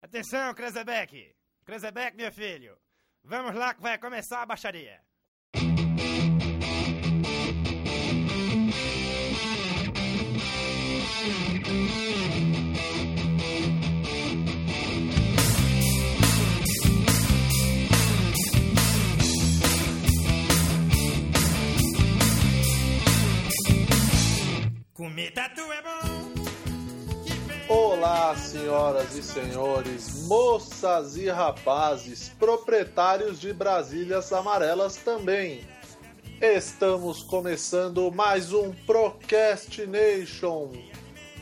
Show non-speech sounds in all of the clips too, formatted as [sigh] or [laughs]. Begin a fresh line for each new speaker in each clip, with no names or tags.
Atenção, Krezebeck! Krezebeck, meu filho! Vamos lá que vai começar a baixaria! Comer tatu é bom! que bem-
Olá, senhoras e senhores, moças e rapazes, proprietários de Brasílias Amarelas também. Estamos começando mais um Procrastination,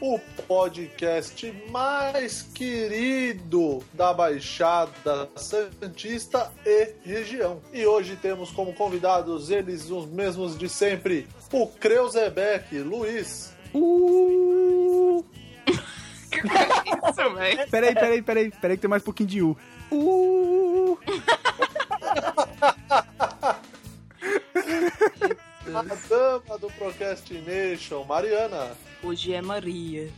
o podcast mais querido da Baixada Santista e região. E hoje temos como convidados eles os mesmos de sempre, o Creuzebeck, Luiz.
Isso, velho.
Uh! [laughs] Peraí, peraí, peraí, peraí que tem mais um pouquinho de U. Uh! U.
A dama do Procrastination, Mariana.
Hoje é Maria.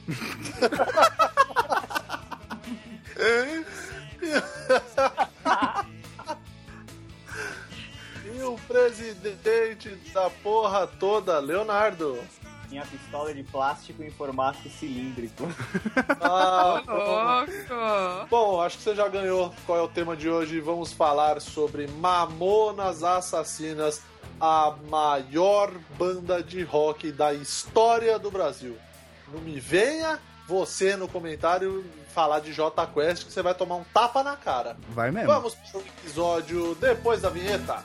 E o presidente da porra toda, Leonardo.
Minha pistola é de plástico em formato cilíndrico. [laughs]
Ah, [laughs] bom.
Oh.
Louco!
bom, acho que você já ganhou qual é o tema de hoje. Vamos falar sobre Mamonas Assassinas, a maior banda de rock da história do Brasil. Não me venha você no comentário falar de J Quest que você vai tomar um tapa na cara.
Vai mesmo.
Vamos para o episódio depois da vinheta.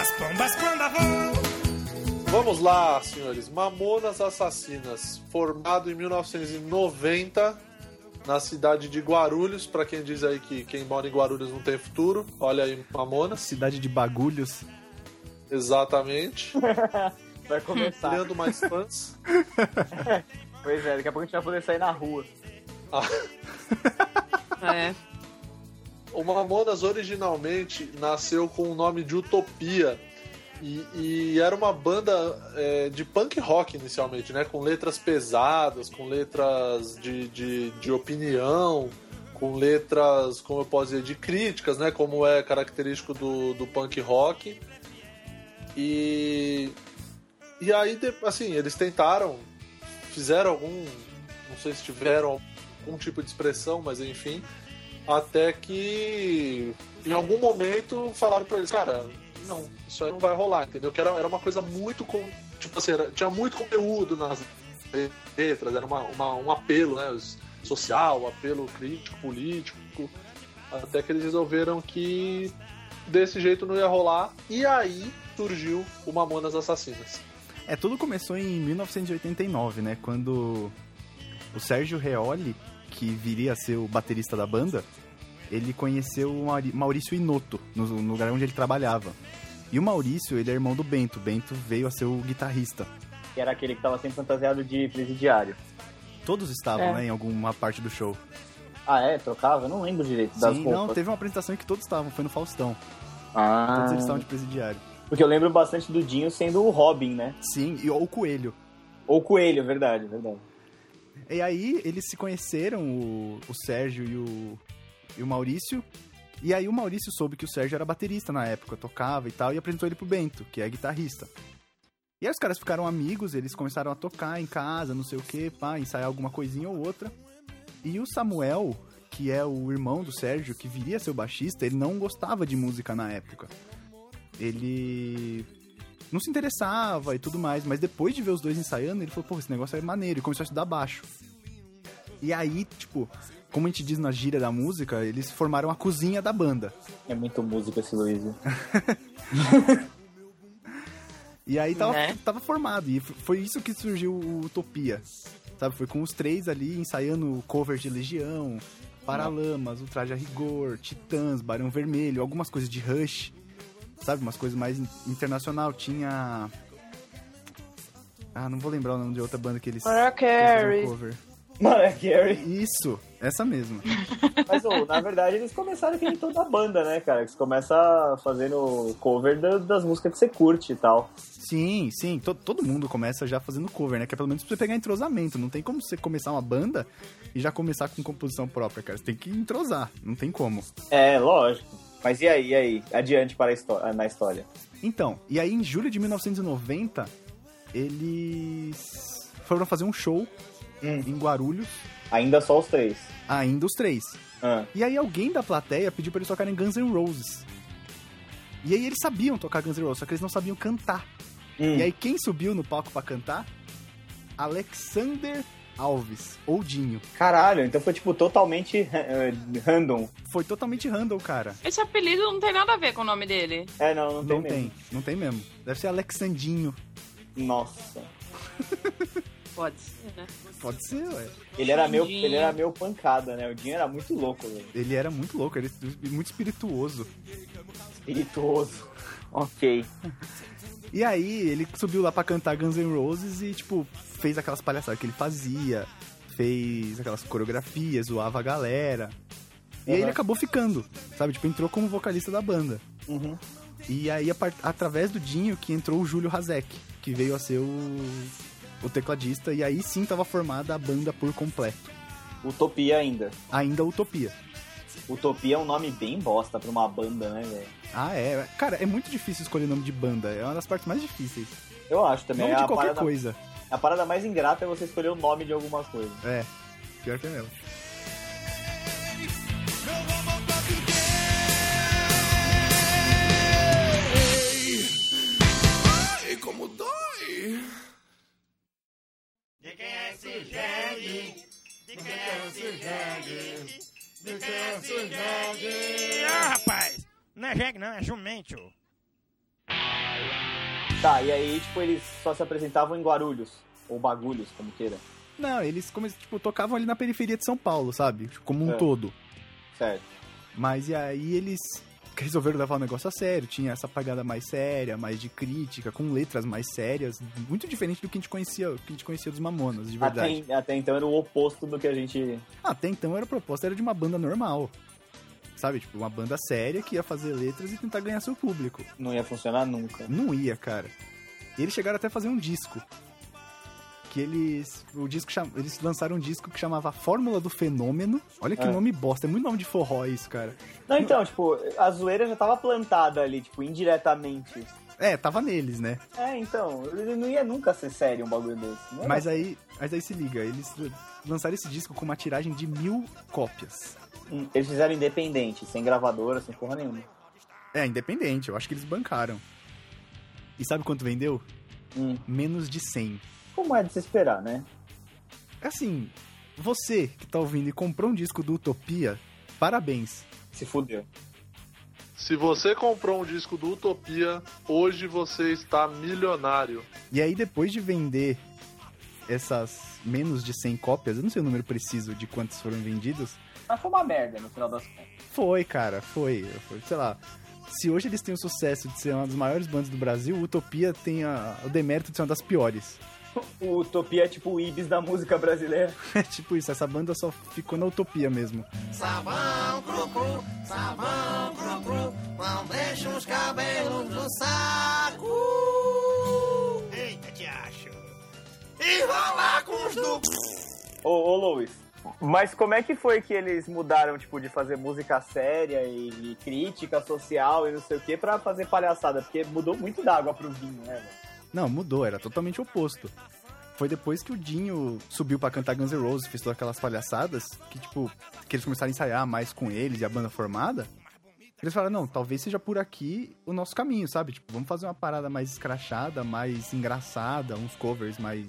As pombas quando voam!
Vamos lá, senhores. Mamonas Assassinas, formado em 1990 na cidade de Guarulhos. Pra quem diz aí que quem mora em Guarulhos não tem futuro, olha aí Mamonas.
Cidade de bagulhos.
Exatamente.
Vai começar.
Criando mais fãs.
pois é, daqui a pouco a gente vai poder sair na rua.
É.
O Mamonas originalmente nasceu com o nome de Utopia. E, e era uma banda é, de punk rock inicialmente, né? Com letras pesadas, com letras de, de, de opinião, com letras, como eu posso dizer, de críticas, né? Como é característico do, do punk rock. E. E aí, de- assim, eles tentaram, fizeram algum. Não sei se tiveram algum tipo de expressão, mas enfim. Até que em algum momento falaram pra eles, cara, não, isso aí não vai rolar, entendeu? Que era, era uma coisa muito. Com, tipo assim, era- tinha muito conteúdo nas letras, era uma, uma- um apelo né, os- social, um apelo crítico, político. Até que eles resolveram que desse jeito não ia rolar. E aí surgiu o Mamonas Assassinas.
É, tudo começou em 1989, né? Quando o Sérgio Reoli, que viria a ser o baterista da banda, ele conheceu o Mauri- Maurício Inoto, no no lugar onde ele trabalhava. E o Maurício, ele é irmão do Bento. Bento veio a ser o guitarrista.
Que era aquele que tava sempre fantasiado de presidiário.
Todos estavam,
É.
né, em alguma parte do show.
Ah, é? Trocava? Não lembro direito das
Sim,
roupas.
não, teve uma apresentação em que todos estavam, foi no Faustão.
Ah,
Todos eles estavam de presidiário.
porque eu lembro bastante do Dinho sendo o Robin, né?
Sim, e o Coelho.
Ou o Coelho, verdade, verdade.
E aí eles se conheceram, o, o Sérgio e o, e o Maurício. E aí o Maurício soube que o Sérgio era baterista na época, tocava e tal, e apresentou ele pro Bento, que é guitarrista. E aí os caras ficaram amigos, eles começaram a tocar em casa, não sei o que, pá, ensaiar alguma coisinha ou outra. E o Samuel, que é o irmão do Sérgio, que viria a ser o baixista, ele não gostava de música na época. Ele não se interessava e tudo mais, mas depois de ver os dois ensaiando, ele falou, pô, esse negócio é maneiro, e começou a estudar baixo. E aí, tipo, como a gente diz na gíria da música, eles formaram a cozinha da banda.
É muito músico esse Luiz. [laughs]
E aí tava,
Né?
tava formado. E f- foi isso que surgiu o Utopia. Sabe? Foi com os três ali ensaiando covers de Legião, Paralamas, O Traje a Rigor, Titãs, Barão Vermelho, algumas coisas de Rush. Sabe? Umas coisas mais in- internacional. Tinha. Ah, não vou lembrar o nome de outra banda que eles. que eles faziam cover.
Mariah Carey.
Isso, essa mesma.
é Mas, ô, na verdade, eles começaram que nem toda a banda, né, cara? Eles começam fazendo cover da- das músicas que você curte e tal.
Sim, sim. to- todo mundo começa já fazendo cover, né? Que é pelo menos pra você pegar entrosamento. Não tem como você começar uma banda e já começar com composição própria, cara. Você tem que entrosar. Não tem como.
É, lógico. Mas e aí, e aí? Adiante para a histó- na história.
Então, e aí em julho de 1990, eles foram fazer um show
Hum.
em Guarulhos,
Ainda só os três.
ainda os três.
Ah,
E aí alguém da plateia pediu pra eles tocarem Guns N' Roses. E aí eles sabiam tocar Guns N' Roses, só que eles não sabiam cantar.
hum.
E aí quem subiu no palco pra cantar? Alexander Alves, ou Dinho.
Caralho, então foi tipo totalmente eh, random.
Foi totalmente random, cara.
Esse apelido não tem nada a ver com o nome dele.
É, não, não tem
Não
mesmo.
tem, não tem mesmo. Deve ser Alexandinho.
Nossa.
Pode ser, né?
Pode ser, ué.
Ele era meu,
Dinho.
ele era meu pancada, né? O Dinho era muito louco, velho.
Ele era muito louco, ele era muito espirituoso.
Espirituoso. [laughs] Ok.
E aí, ele subiu lá pra cantar Guns N' Roses e, tipo, fez aquelas palhaçadas que ele fazia, fez aquelas coreografias, zoava a galera. E aí
Uhum.
ele acabou ficando, sabe? Tipo, entrou como vocalista da banda.
Uhum.
E aí, a par- através do Dinho, que entrou o Júlio Hazek, que veio a ser o, o tecladista. E aí sim tava formada a banda por completo.
Utopia ainda.
Ainda a Utopia.
Utopia é um nome bem bosta pra uma banda, né, velho?
Ah, é. Cara, é muito difícil escolher nome de banda. É uma das partes mais difíceis.
Eu acho também.
Nome
é
de
a
qualquer
parada,
coisa.
a parada mais ingrata é você escolher o nome de alguma coisa.
É. Pior que é mesmo.
De quem é esse jegue? De quem é esse jegue? De quem é esse jegue? Ah, rapaz! Não é jegue, não, é jumento.
Tá, e aí, tipo, eles só se apresentavam em Guarulhos. Ou Bagulhos, como queira.
Não, eles como, tipo, tocavam ali na periferia de São Paulo, sabe? Tipo, Como um
É.
todo.
Certo.
Mas e aí eles resolveram levar o negócio a sério. Tinha essa pegada mais séria, mais de crítica, com letras mais sérias. Muito diferente do que a gente conhecia, que a gente conhecia dos Mamonas, de
Até,
verdade.
até então era o oposto do que a gente.
Até, então era a proposta era de uma banda normal. Sabe? Tipo, uma banda séria que ia fazer letras e tentar ganhar seu público.
Não ia funcionar nunca.
Não ia, cara. E eles chegaram até a fazer um disco. Que eles. O disco cham- Eles lançaram um disco que chamava Fórmula do Fenômeno. Olha que
É.
nome bosta. É muito nome de forró isso, cara.
Não, então, tipo, a zoeira já tava plantada ali, tipo, indiretamente.
É, tava neles, né?
É, então, ele não ia nunca ser sério um bagulho desse. Não
Mas aí. Mas aí se liga, eles lançaram esse disco com uma tiragem de mil cópias.
Hum, Eles fizeram independente, sem gravadora, sem porra nenhuma.
É, independente, eu acho que eles bancaram. E sabe quanto vendeu?
Hum.
Menos de 100.
Como é de se esperar, né?
Assim, você que tá ouvindo e comprou um disco do Utopia, parabéns.
Se fudeu.
Se você comprou um disco do Utopia, hoje você está milionário.
E aí, depois de vender essas menos de 100 cópias, eu não sei o número preciso de quantas foram vendidas.
Mas foi uma merda no final das contas.
Foi, cara, foi. foi, sei lá. Se hoje eles têm o sucesso de ser uma das maiores bandas do Brasil, Utopia tem a- o demérito de ser uma das piores. [laughs]
O Utopia é tipo o Ibis da música brasileira.
É tipo isso, essa banda só ficou na Utopia mesmo.
Sabão cru-cru, sabão cru-cru, não deixa os cabelos no saco.
Eita, que acho!
Enrolar com os do
Ô, ô Louis. Mas como é que foi que eles mudaram, tipo, de fazer música séria e, e crítica social e não sei o que pra fazer palhaçada? Porque mudou muito da água pro vinho, né, velho?
Não, mudou, era totalmente oposto. Foi depois que o Dinho subiu pra cantar Guns N' Roses, fez todas aquelas palhaçadas, que tipo, que eles começaram a ensaiar mais com eles e a banda formada. Eles falaram, não, talvez seja por aqui o nosso caminho, sabe? Tipo, vamos fazer uma parada mais escrachada, mais engraçada, uns covers mais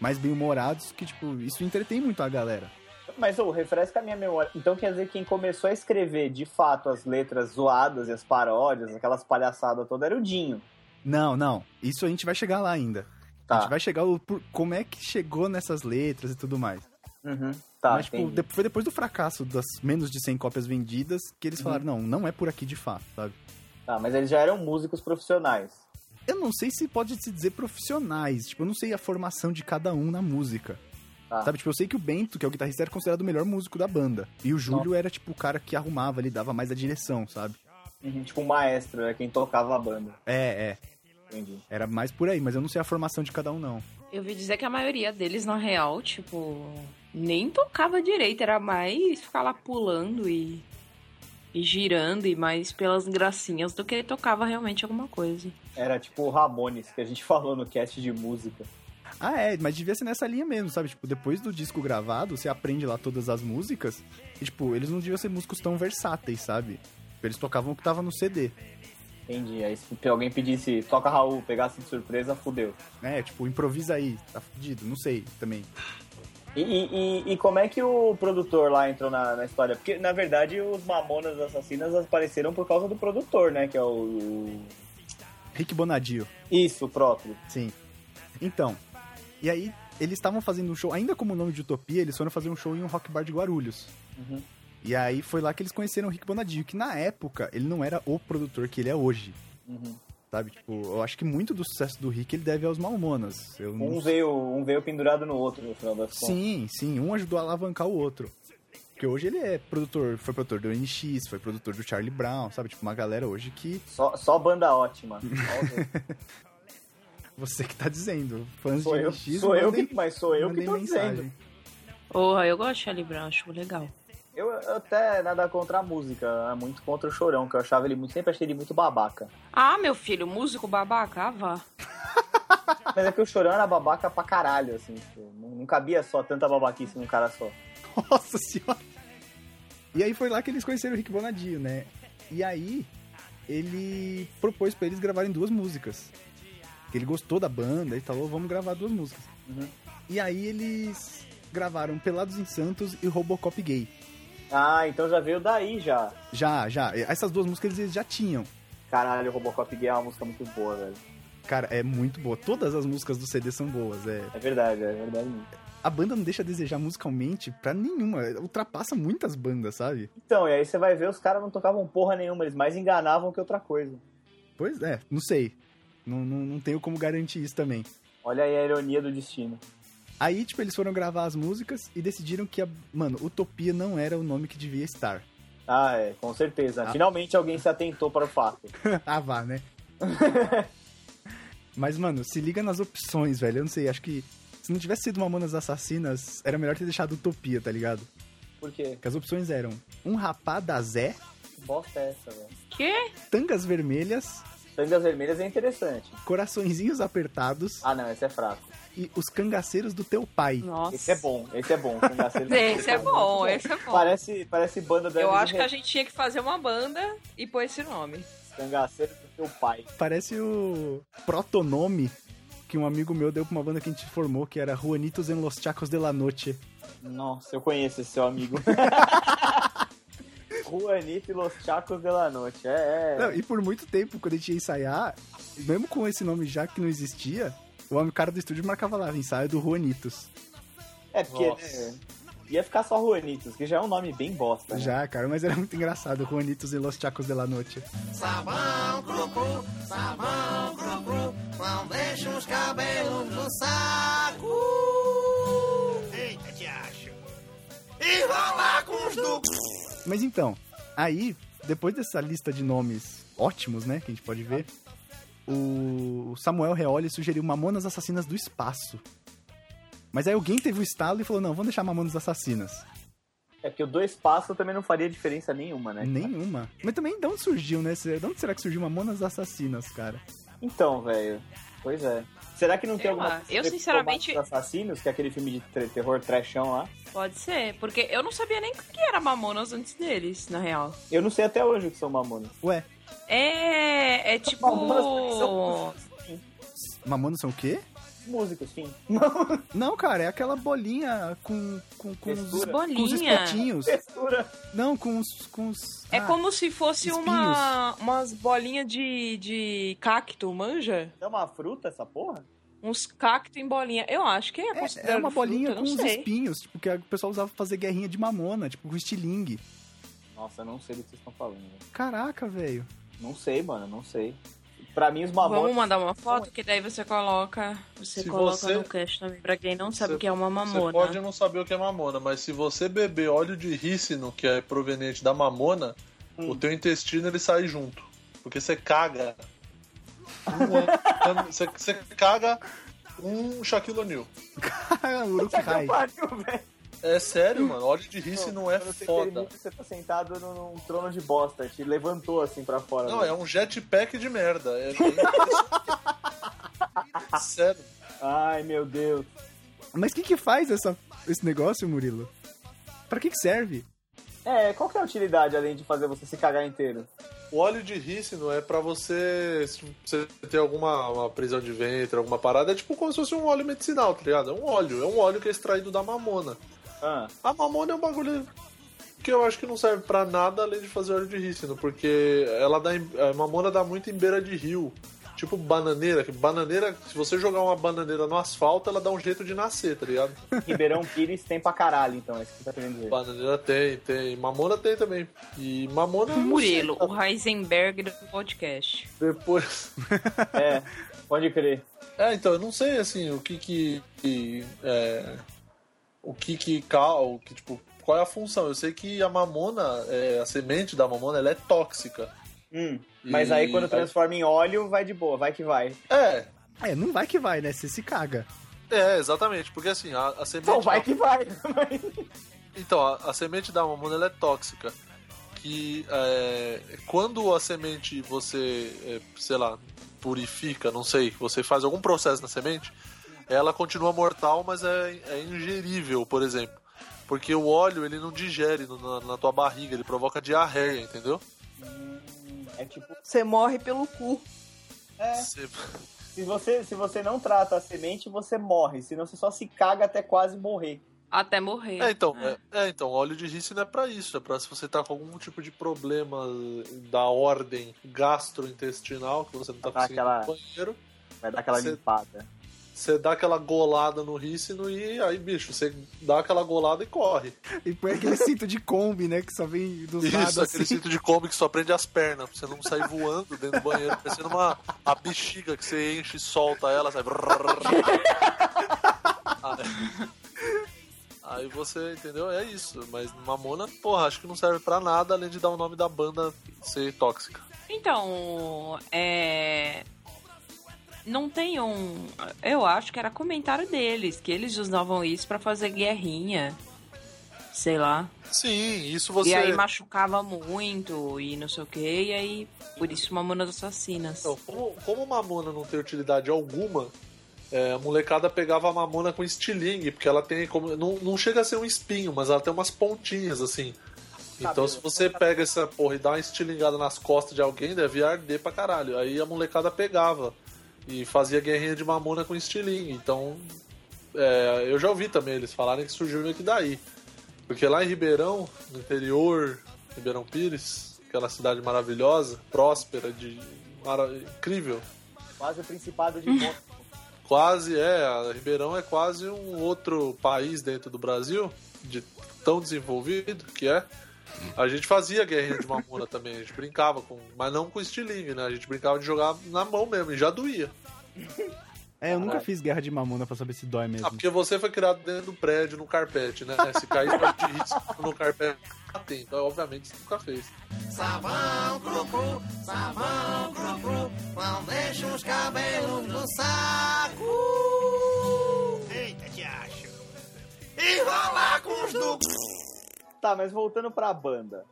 mais bem-humorados, que tipo, isso entretém muito a galera.
Mas, ô, refresca a minha memória. Então quer dizer que quem começou a escrever, de fato, as letras zoadas e as paródias, aquelas palhaçadas todas, era o Dinho.
Não, não, isso a gente vai chegar lá ainda. A gente
Tá.
vai chegar o por, como é que chegou nessas letras e tudo mais.
Uhum. Tá,
Mas, tipo,
entendi.
de- foi depois do fracasso das menos de 100 cópias vendidas que
Uhum.
eles falaram, não, não é por aqui de fato, sabe?
tá, mas eles já eram músicos profissionais.
Eu não sei se pode se dizer profissionais, tipo, eu não sei a formação de cada um na música.
Tá.
Sabe, tipo, eu sei que o Bento, que é o guitarrista, era considerado o melhor músico da banda. E o Júlio era, tipo, o cara que arrumava ali, dava mais a direção, sabe?
Uhum, Tipo, o maestro, é quem tocava a banda.
É, é.
Entendi.
Era mais por aí, mas eu não sei a formação de cada um, não.
Eu vi dizer que a maioria deles, na real, tipo, nem tocava direito, era mais ficar lá pulando e, e girando e mais pelas gracinhas do que ele tocava realmente alguma coisa.
Era tipo o Ramones, que a gente [laughs] falou no cast de música.
Ah, é, mas devia ser nessa linha mesmo, sabe? Tipo, depois do disco gravado, você aprende lá todas as músicas. E, tipo, eles não deviam ser músicos tão versáteis, sabe? Eles tocavam o que tava no CD.
Entendi. Aí se alguém pedisse, toca Raul, pegasse de surpresa, fudeu.
É, tipo, improvisa aí, tá fudido, não sei também.
E, e- e- e como é que o produtor lá entrou na, na história? Porque, na verdade, os Mamonas Assassinas apareceram por causa do produtor, né? Que é o. o-
Rick Bonadio.
Isso, o próprio.
Sim. Então, e aí eles estavam fazendo um show, ainda como o nome de Utopia, eles foram fazer um show em um rock bar de Guarulhos.
Uhum.
E aí foi lá que eles conheceram o Rick Bonadio, que na época ele não era o produtor que ele é hoje,
Uhum.
sabe? Tipo, eu acho que muito do sucesso do Rick ele deve aos Malmonas. Eu não
Um, veio, um veio pendurado no outro, no final das contas.
Sim, sim, um ajudou a alavancar o outro. Porque hoje ele é produtor, foi produtor do NX, foi produtor do Charlie Brown, sabe? Tipo, uma galera hoje que
Só, só
[laughs]
banda ótima. Só-
você que tá dizendo. Fãs
[laughs] sou
de
eu,
NX,
sou eu
mandem-
que, mas sou eu que
mandem
tô
mensagem. [laughs]
dizendo.
Porra, eu gosto de Charlie Brown, acho legal.
Eu, eu até nada contra a música, é muito contra o Chorão, que eu achava ele muito, sempre achei ele muito babaca.
Ah, meu filho, músico babaca, ah, vá.
Mas é que o Chorão era babaca pra caralho, assim, tipo, não, não cabia só tanta babaquice num cara só.
Nossa senhora! E aí foi lá que eles conheceram o Rick Bonadio, né? E aí ele propôs pra eles gravarem duas músicas. Que ele gostou da banda e falou, vamos gravar duas músicas.
Uhum.
E aí eles gravaram Pelados em Santos e Robocop Gay.
Ah, então já veio daí já.
Já, já. Essas duas músicas eles já tinham.
Caralho, Robocop Gay é uma música muito boa, velho.
Cara, é muito boa. Todas as músicas do CD são boas, é.
É verdade, é verdade mesmo.
A banda não deixa a desejar musicalmente pra nenhuma. Ultrapassa muitas bandas, sabe?
Então, e aí você vai ver, os caras não tocavam porra nenhuma, eles mais enganavam que outra coisa.
Pois é, não sei. Não, não, não tenho como garantir isso também.
Olha aí a ironia do destino.
Aí, tipo, eles foram gravar as músicas e decidiram que a. Mano, Utopia não era o nome que devia estar.
Ah, é, com certeza.
Ah.
Finalmente alguém se atentou para o fato.
ah, vá, né? Mas, mano, se liga nas opções, velho. Eu não sei, acho que. Se não tivesse sido Mamonas Assassinas, era melhor ter deixado Utopia, tá ligado?
Por quê?
Porque as opções eram Um Rapá da Zé,
Que bosta é essa, velho?
Que?
Tangas Vermelhas,
Tangas Vermelhas é interessante.
Coraçõezinhos Apertados
Ah, não, esse é fraco.
e Os Cangaceiros do Teu Pai.
Nossa.
Esse é bom, esse é bom. Cangaceiro-
Esse é bom, esse é bom.
Parece, é parece banda da
Eu
MGM,
acho que a gente tinha que fazer uma banda e pôr esse nome.
Cangaceiro do teu pai.
Parece o protonome que um amigo meu deu pra uma banda que a gente formou, que era Juanitos en los Chacos de la Noche.
Nossa, eu conheço esse seu amigo. Juanito e Los Chacos de la Noche. É, é.
Não, e por muito tempo, quando a gente ia ensaiar, mesmo com esse nome já que não existia, o homem- cara do estúdio marcava lá, ensaio do Juanitos.
é porque
Nossa.
né, ia ficar só Juanitos, que já é um nome bem bosta. né?
Já, cara, mas era muito engraçado, Juanitos en los Chacos de la Noche.
Sabão cru-cru, sabão cru-cru, não deixa os cabelos no saco.
Eita, te acho.
Enrolar com os do
Mas então, aí, depois dessa lista de nomes ótimos, né, que a gente pode ver, o Samuel Reoli sugeriu Mamonas Assassinas do Espaço. Mas aí alguém teve o estalo e falou, não, vamos deixar Mamonas Assassinas.
É porque o dois passos também não faria diferença nenhuma, né?
Nenhuma. Mas também de onde surgiu, né? De onde será que surgiu Mamonas Assassinas, cara?
Então, velho. Pois é. Será que não
Sei
tem alguma
lá,
coisa
eu
com
sinceramente-
Tomates Assassinos, que é aquele filme de tre- terror trashão lá?
Pode ser, porque eu não sabia nem o que era Mamonas antes deles, na real.
Eu não sei até hoje o que são mamonas.
Ué,
É, é tipo.
Mamonas são
Mamonas são o quê?
músicos, sim. [laughs]
Não, cara, é aquela bolinha com, com, com, os,
Textura.
com os
Bolinha.
espetinhos.
Textura.
Não, com os... Com os
É
ah,
como se fosse uma, umas bolinhas de, de cacto, manja?
É uma fruta essa porra?
Uns cacto em bolinha. Eu acho que é
É,
considerado
é uma bolinha
fruta,
com
não
uns
sei.
espinhos, tipo, que o pessoal usava pra fazer guerrinha de mamona, tipo, com estilingue.
Nossa, eu não sei do que vocês estão falando. velho.
Caraca, velho. [laughs]
Não sei, mano, não sei. Pra mim, os mamonas.
Vamos mandar uma foto que daí você coloca. Você
Se
coloca
você-
no cash também. Pra quem não sabe
Você-
o que é uma
Você
mamona.
pode não saber o que é mamona, mas se você beber óleo de rícino, que é proveniente da mamona, o teu intestino ele sai junto. Porque você caga. um ano- você, você caga um Shaquille O'Neal.
[laughs]
Urukai.
É sério, mano. Óleo de rícino é
Quando você
foda.
termina, Você tá sentado num, num trono de bosta, te levantou assim pra fora.
Não,
né?
é um jetpack de merda. É bem- [laughs] sério.
Ai, meu Deus.
Mas o que que faz essa, esse negócio, Murilo? Pra que que serve?
É, qual que é a utilidade além de fazer você se cagar inteiro?
O óleo de rícino é pra você, se você ter alguma uma prisão de ventre, alguma parada. É tipo como se fosse um óleo medicinal, tá ligado? É um óleo. É um óleo que é extraído da mamona.
Ah,
A mamona é um bagulho que eu acho que não serve pra nada além de fazer óleo de rícino, porque ela dá em- a mamona dá muito em beira de rio. Tipo bananeira, que bananeira, se você jogar uma bananeira no asfalto, ela dá um jeito de nascer, tá ligado? [laughs]
Ribeirão Pires tem pra caralho, então, é isso que você tá querendo dizer.
Bananeira tem, tem. Mamona tem também. E mamona. eu não sei,
Murilo, o Heisenberg do podcast.
Depois.
É, pode crer.
É, então, eu não sei, assim, o que que... que, é, o que que... cal- O que, tipo, qual é a função? Eu sei que a mamona, é, a semente da mamona, ela é tóxica.
Hum, mas
E-
aí quando transforma em óleo, vai de boa, vai que vai.
É,
É, não vai que vai, né? Você se caga.
é, exatamente. Porque, assim, a, a semente...
Então
da-
vai que vai.
Então, a, a semente da mamona, ela é tóxica. Que é, quando a semente você, é, sei lá, purifica, não sei, você faz algum processo na semente, ela continua mortal, mas é, é ingerível, por exemplo. Porque o óleo, ele não digere no- na, na tua barriga, ele provoca diarreia, entendeu?
é tipo,
Você morre pelo cu.
é,
Você-
se você, se você não trata a semente, você morre. Senão você só se caga até quase morrer.
Até morrer.
É, então,
né?
é, é, então, óleo de rícino é pra isso, é pra se você tá com algum tipo de problema da ordem gastrointestinal, que você não tá
Tá,
conseguindo ir
aquela-
no banheiro,
Vai dar aquela
Você-
limpada.
Você dá aquela golada no rícino e aí, bicho, você dá aquela golada e corre.
E põe [laughs] aquele cinto de Kombi, né? Que só vem do
Isso,
nada
aquele
assim.
cinto de Kombi que só prende as pernas, pra você não sair voando dentro do banheiro, parecendo uma a bexiga que você enche e solta ela, sai. Aí- Aí você, entendeu? É isso. Mas Mamona, porra, acho que não serve pra nada além de dar o nome da banda ser tóxica.
Então, é. Não tem um. Eu acho que era comentário deles, que eles usavam isso pra fazer guerrinha. Sei lá.
Sim, isso você.
E aí machucava muito e não sei o que, e aí. Por isso Mamonas Assassinas. [laughs]
Então, como, como mamona não tem utilidade alguma, é, a molecada pegava a mamona com estilingue, porque ela tem como. Não, não chega a ser um espinho, mas ela tem umas pontinhas assim. Então, se você pega essa porra e dá uma estilingada nas costas de alguém, deve arder pra caralho. Aí a molecada pegava e fazia guerrinha de mamona com estilingue. Então, é, eu já ouvi também eles falarem que surgiu meio que daí. Porque lá em Ribeirão, no interior, Ribeirão Pires, aquela cidade maravilhosa, próspera, de mara- incrível.
Quase o principado de Mônaco. [laughs]
Quase é, a Ribeirão é quase um outro país dentro do Brasil, de tão desenvolvido que é. A gente fazia guerrinha de mamona também, a gente brincava com, mas não com estilingue, né? A gente brincava de jogar na mão mesmo, e já doía.
É, eu nunca fiz guerra de mamona pra saber se dói mesmo.
Ah, porque você foi criado dentro do prédio, no carpete, né? Se cair pra de risco no carpete, tem. Então, obviamente, você nunca fez.
Sabão, cru-cru, sabão, cru-cru, não deixa os cabelos no saco.
Eita, te acho.
Enrolar com os do
Tá, mas voltando pra banda.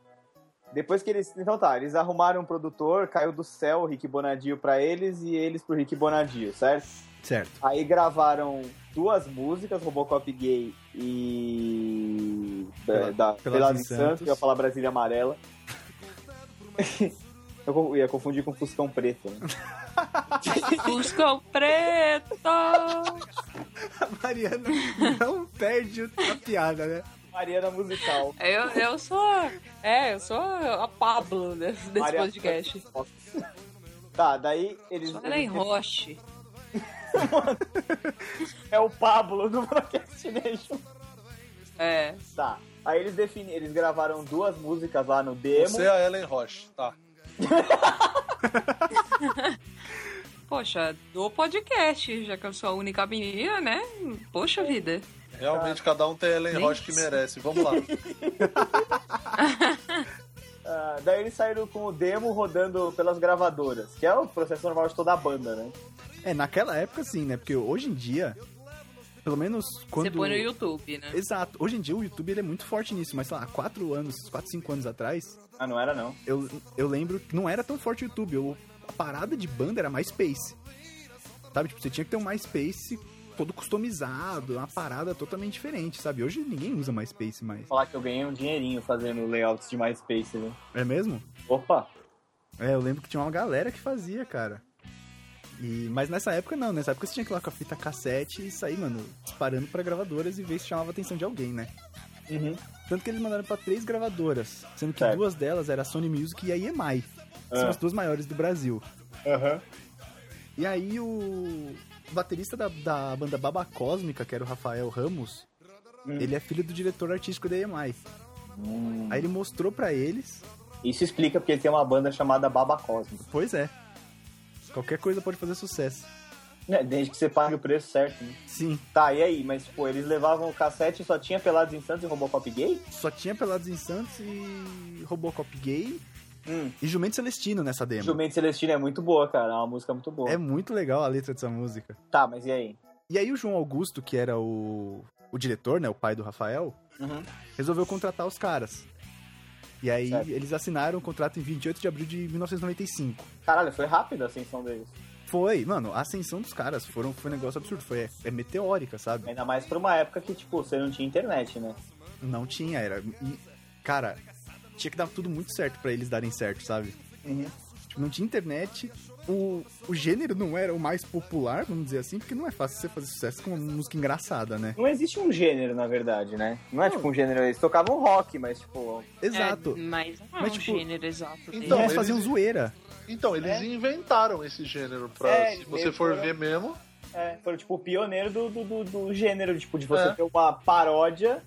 Depois que eles. Então tá, eles arrumaram um produtor, caiu do céu o Rick Bonadio pra eles e eles pro Rick Bonadio, certo?
Certo.
Aí gravaram duas músicas, Robocop Gay e. Da,
Pela-
da
Pelas
Pelas
em
em Santos,
Santos.
eu ia falar Brasília
[laughs]
Amarela. eu co- ia confundir com Fuscão Preto, né?
Busca o preto!
A Mariana não perde a piada, né?
Mariana Musical.
Eu, eu sou. É, eu sou a Pablo desse, desse
Maria-
podcast.
Tá, daí eles.
Olha aí, Roche.
É o Pablo do [laughs] Broadcast Nation.
É.
Tá. Aí eles defini eles gravaram duas
é-
é
músicas lá no demo.
Você é a Ellen Roche, tá?
poxa, do podcast, já que eu sou a única menina, né? Poxa vida.
Realmente, cada um tem a Ellen
Nem
Roche que
isso.
merece. Vamos lá.
Ah, daí eles saíram com o demo rodando pelas gravadoras, que é o processo normal de toda a banda, né?
É, naquela época sim, né? Porque hoje em dia, pelo menos quando...
Você põe no YouTube, né?
Exato. Hoje em dia o YouTube ele é muito forte nisso, mas sei lá, há 4 anos, 4, 5 anos atrás,
Ah, não era não.
eu, eu lembro que não era tão forte o YouTube. Eu, a parada de banda era MySpace. Sabe? Tipo, você tinha que ter um MySpace todo customizado, uma parada totalmente diferente, sabe? Hoje ninguém usa MySpace mais.
Falar que eu ganhei um dinheirinho fazendo layouts de MySpace, né?
É mesmo?
Opa!
É, eu lembro que tinha uma galera que fazia, cara. E, mas nessa época não, nessa época você tinha que ir lá com a fita cassete e sair, mano, disparando pra gravadoras e ver se chamava a atenção de alguém, né?
Uhum.
Tanto que eles mandaram pra três gravadoras, sendo que
Certo.
duas delas era a Sony Music e a EMI, que são
Ah.
as duas maiores do Brasil.
Aham.
E aí o baterista da, da banda Baba Cósmica, que era o Rafael Ramos,
Hum.
ele é filho do diretor artístico da EMI.
Hum.
Aí ele mostrou pra eles,
Isso explica porque ele tem uma banda chamada Baba Cósmica.
pois é, qualquer coisa pode fazer sucesso.
Né, Desde que você pague o preço certo, né?
Sim,
Tá, e aí? Mas, pô, eles levavam o cassete e só tinha Pelados em Santos e Robocop Gay?
só tinha Pelados em Santos e Robocop Gay
Hum.
e Jumento Celestino nessa demo.
Jumento Celestino é muito boa, cara. É uma música muito boa.
É muito legal a letra dessa música.
Tá, mas e aí?
E aí o João Augusto, que era o, o diretor, né, o pai do Rafael,
Uhum.
resolveu contratar os caras. E aí
Certo.
eles assinaram o contrato em 28 de abril de 1995.
Caralho, foi rápida a ascensão deles.
Foi, mano, a ascensão dos caras foram, foi um negócio absurdo, foi é, é meteórica, sabe?
Ainda mais pra uma época que, tipo, você não tinha internet, né?
Não tinha, era. E, cara, tinha que dar tudo muito certo pra eles darem certo, sabe? Tipo, não tinha internet, o, o gênero não era o mais popular, vamos dizer assim, porque não é fácil você fazer sucesso com uma música engraçada, né?
Não existe um gênero, na verdade, né? Não é
Não.
tipo um gênero. Eles tocavam rock, mas, tipo,
Exato.
É, mas não é
Mas,
um
tipo,
gênero exato dele. Ah,
Então,
Então,
eles
eles-
faziam zoeira.
Então, eles inventaram esse gênero pra.
É,
se
eles
você for
foram-
ver mesmo.
É, foram tipo o pioneiro do, do, do, do gênero, tipo, de você
É.
ter uma paródia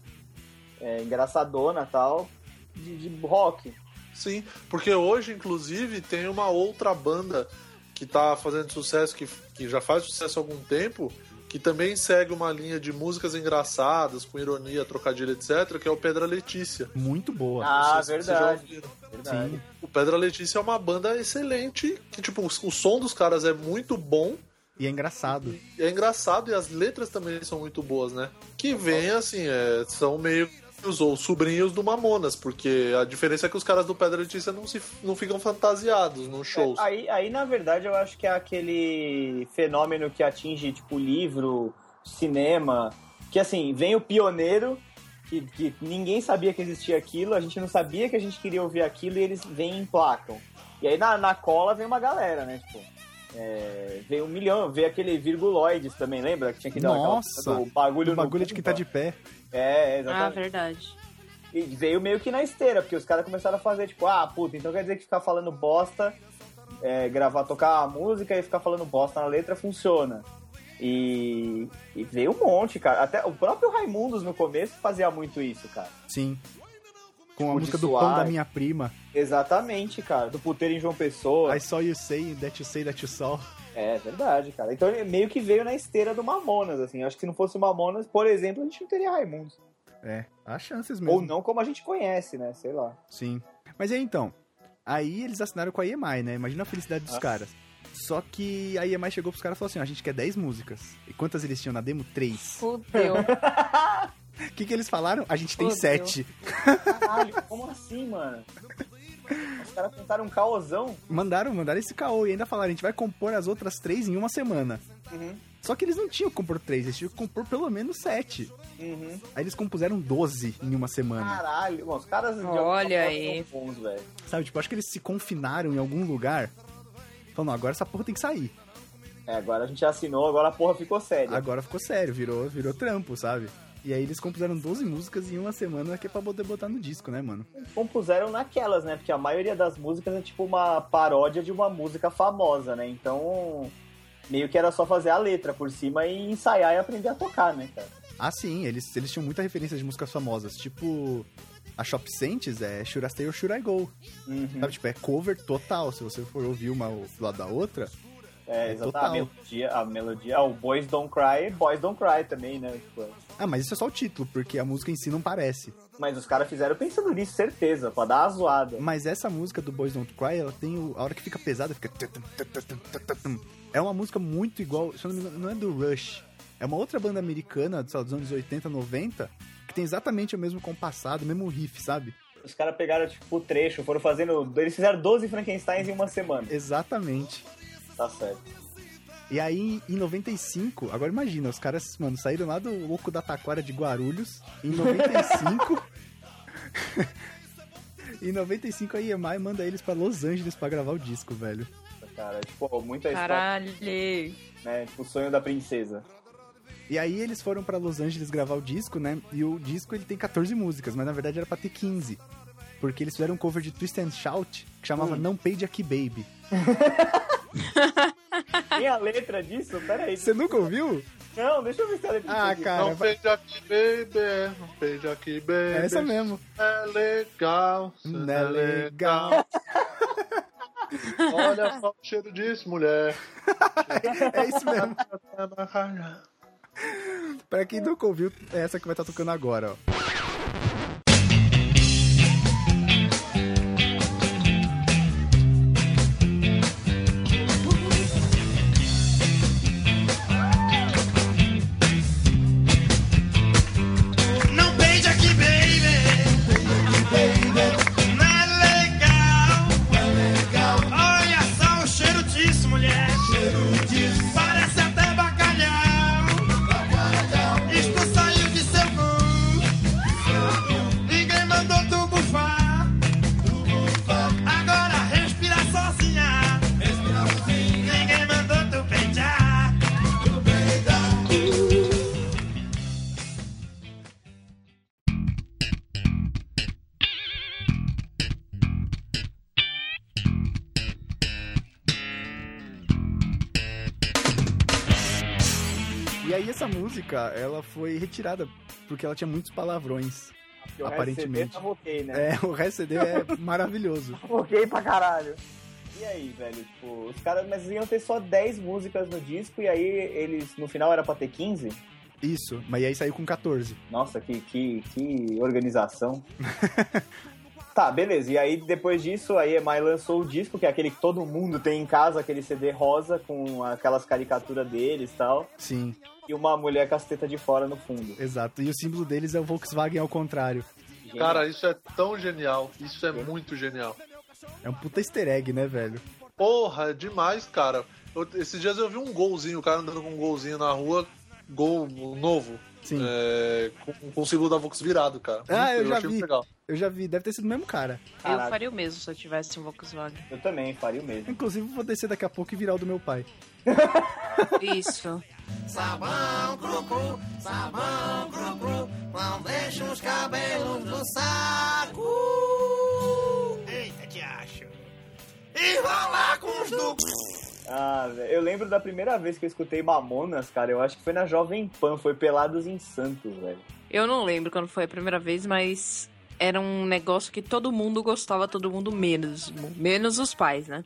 é, engraçadona e tal, de, de rock.
Sim, porque hoje, inclusive, tem uma outra banda que tá fazendo sucesso, que, que já faz sucesso há algum tempo, que também segue uma linha de músicas engraçadas, com ironia, trocadilho, etc., que é o Pedra Letícia.
Muito boa.
Ah,
Não sei se vocês já
verdade.
ouviram.
verdade.
O Pedra Letícia é uma banda excelente, que, tipo, o som dos caras é muito bom,
E é engraçado.
e é engraçado, e as letras também são muito boas, né? Que vem, assim, é, são meio que os- ou sobrinhos do Mamonas, porque a diferença é que os caras do Pedra Letícia não, se, não ficam fantasiados nos shows.
É, aí, aí, na verdade, eu acho que é aquele fenômeno que atinge, tipo, livro, cinema, que assim, vem o pioneiro, que, que ninguém sabia que existia aquilo, a gente não sabia que a gente queria ouvir aquilo, e eles vêm e emplacam. E aí na, na cola vem uma galera, né? Tipo, é, vem um milhão, vem aquele virguloides também, lembra? Que tinha que dar aquela
Nossa!
coisa do bagulho
O
no
bagulho de
cu,
que tá
ó.
de pé.
É,
Ah,
exatamente.
verdade.
e veio meio que na esteira, porque os caras começaram a fazer, tipo, ah, puta, então quer dizer que ficar falando bosta, é, gravar, tocar a música e ficar falando bosta na letra funciona. E, e veio um monte, cara. Até o próprio Raimundos no começo fazia muito isso, cara.
Sim. Com a
Tipo, de
música do
suar.
pão da minha prima.
Exatamente, cara. Do puteiro em João Pessoa.
I saw you say, that you say, that you saw.
É verdade, cara. Então ele meio que veio na esteira do Mamonas, assim. Acho que se não fosse o Mamonas, por exemplo, a gente não teria Raimundos.
É, há chances mesmo.
Ou não como a gente conhece, né? Sei lá.
Sim. Mas aí então, aí eles assinaram com a EMI, né? Imagina a felicidade dos
Ah.
caras. Só que a EMI chegou pros caras e falou assim, ó, a gente quer 10 músicas. E quantas eles tinham na demo? 3.
Fudeu.
O que que eles falaram? A gente tem
Fudeu.
7.
Caralho, como assim, mano? Os caras tentaram um caosão.
Mandaram, mandaram esse caô e ainda falaram, a gente vai compor as outras 3 em uma semana.
Uhum.
Só que eles não tinham que compor 3, eles tinham que compor pelo menos 7.
Uhum.
Aí eles compuseram 12 em uma semana.
Caralho, mano, os caras de
Olha
alguma forma
aí.
são bons, velho.
Sabe, tipo, acho que eles se confinaram em algum lugar. Falando, "Não, agora essa porra tem que sair.
É, agora a gente assinou, agora a porra ficou séria.
Agora ficou sério, virou, virou trampo, sabe? E aí eles compuseram 12 músicas em uma semana que é pra poder botar no disco, né, mano?
Compuseram naquelas, né? Porque a maioria das músicas é tipo uma paródia de uma música famosa, né? Então, meio que era só fazer a letra por cima e ensaiar e aprender a tocar, né, cara?
Ah, sim, eles, eles tinham muita referência de músicas famosas, tipo... A Shop Sentes é Should I Stay or Should I Go?
Uhum.
Sabe, tipo, é cover total. Se você for ouvir uma do lado da outra,
É,
É
exatamente. A
total.
melodia, a melodia. Ah, o Boys Don't Cry, Boys Don't Cry também, né? Tipo,
Ah, mas isso é só o título, porque a música em si não parece.
Mas os caras fizeram pensando nisso, certeza, pra dar uma zoada.
Mas essa música do Boys Don't Cry, ela tem o- a hora que fica pesada, fica. tutum, tutum, tutum, tutum. É uma música muito igual. Se eu não me engano, não é do Rush. É uma outra banda americana, sei lá, dos anos 80, 90, que tem exatamente o mesmo compassado, o mesmo riff, sabe?
Os caras pegaram, tipo, o trecho, foram fazendo. Eles fizeram 12 Frankensteins em uma semana.
Exatamente.
Tá certo.
E aí, em 95, agora imagina, os caras, mano, saíram lá do louco da taquara de Guarulhos, em 95... [laughs] em 95, a EMI manda eles pra Los Angeles pra gravar o disco, velho.
Cara, tipo, muita história,
Caralho.
né? Tipo, o sonho da princesa.
E aí eles foram pra Los Angeles gravar o disco, né? E o disco, ele tem 14 músicas, mas na verdade era pra ter 15. Porque eles fizeram um cover de Twist and Shout, que
Hum.
chamava Não Peide Aqui Baby.
Tem a letra disso? Pera aí.
Você nunca ouviu?
Não, deixa eu ver se a letra disso
Ah,
aqui.
cara,
Não pede aqui, baby. Não pede aqui, baby.
é essa mesmo.
É legal. cê
Não é legal.
[laughs] Olha só o cheiro disso, [laughs] mulher.
É
[laughs]
isso mesmo.
Tá na cara.
Pra quem nunca ouviu, é essa que vai estar tocando agora, ó.
Não beija aqui, baby. Não é legal. Olha só o cheiro disso, mulher. Parece até bacalhau. Isto saiu de seu cu. Ninguém mandou tu bufar. Agora respira sozinha. Ninguém mandou tu beijar.
E aí essa música, ela foi retirada porque ela tinha muitos palavrões.
Porque o resto
aparentemente.
CD tava ok, né?
É, o resto
[laughs]
CD é maravilhoso.
Ok pra caralho. E aí, velho, tipo, os caras, mas iam ter só 10 músicas no disco e aí eles, no final era pra ter 15?
Isso, mas aí saiu com 14.
Nossa, que, que,
[laughs]
que organização. tá, beleza. E aí, depois disso, a EMI lançou o disco, que é aquele que todo mundo tem em casa, aquele CD rosa com aquelas caricaturas deles e tal.
Sim,
[laughs] E uma mulher com as tetas de fora no fundo.
exato. E o símbolo deles é o Volkswagen ao contrário.
Gente,
Cara, isso é tão genial. Isso é muito genial.
É um puta easter egg, né, velho?
Porra, é demais, cara. Eu- esses dias eu vi um golzinho, o cara andando com um golzinho na rua. Gol novo.
Sim,
É, com, com o símbolo da Vox virado, cara.
Ah, eu já
achei
vi.
muito legal.
eu já vi, deve ter sido o mesmo cara.
Caraca.
Eu faria o mesmo se eu tivesse um Volkswagen.
eu também faria o mesmo.
Inclusive, vou descer daqui a pouco e virar o do meu pai.
Isso.
Sabão, cru-cru, sabão, cru-cru, não deixa os cabelos no saco. Eita, que acho. E rolar com os do...
Ah, velho, eu lembro da primeira vez que eu escutei Mamonas, cara, eu acho que foi na Jovem Pan, foi Pelados em Santos, velho.
Eu não lembro quando foi a primeira vez, mas era um negócio que todo mundo gostava, todo mundo menos. Menos os pais, né?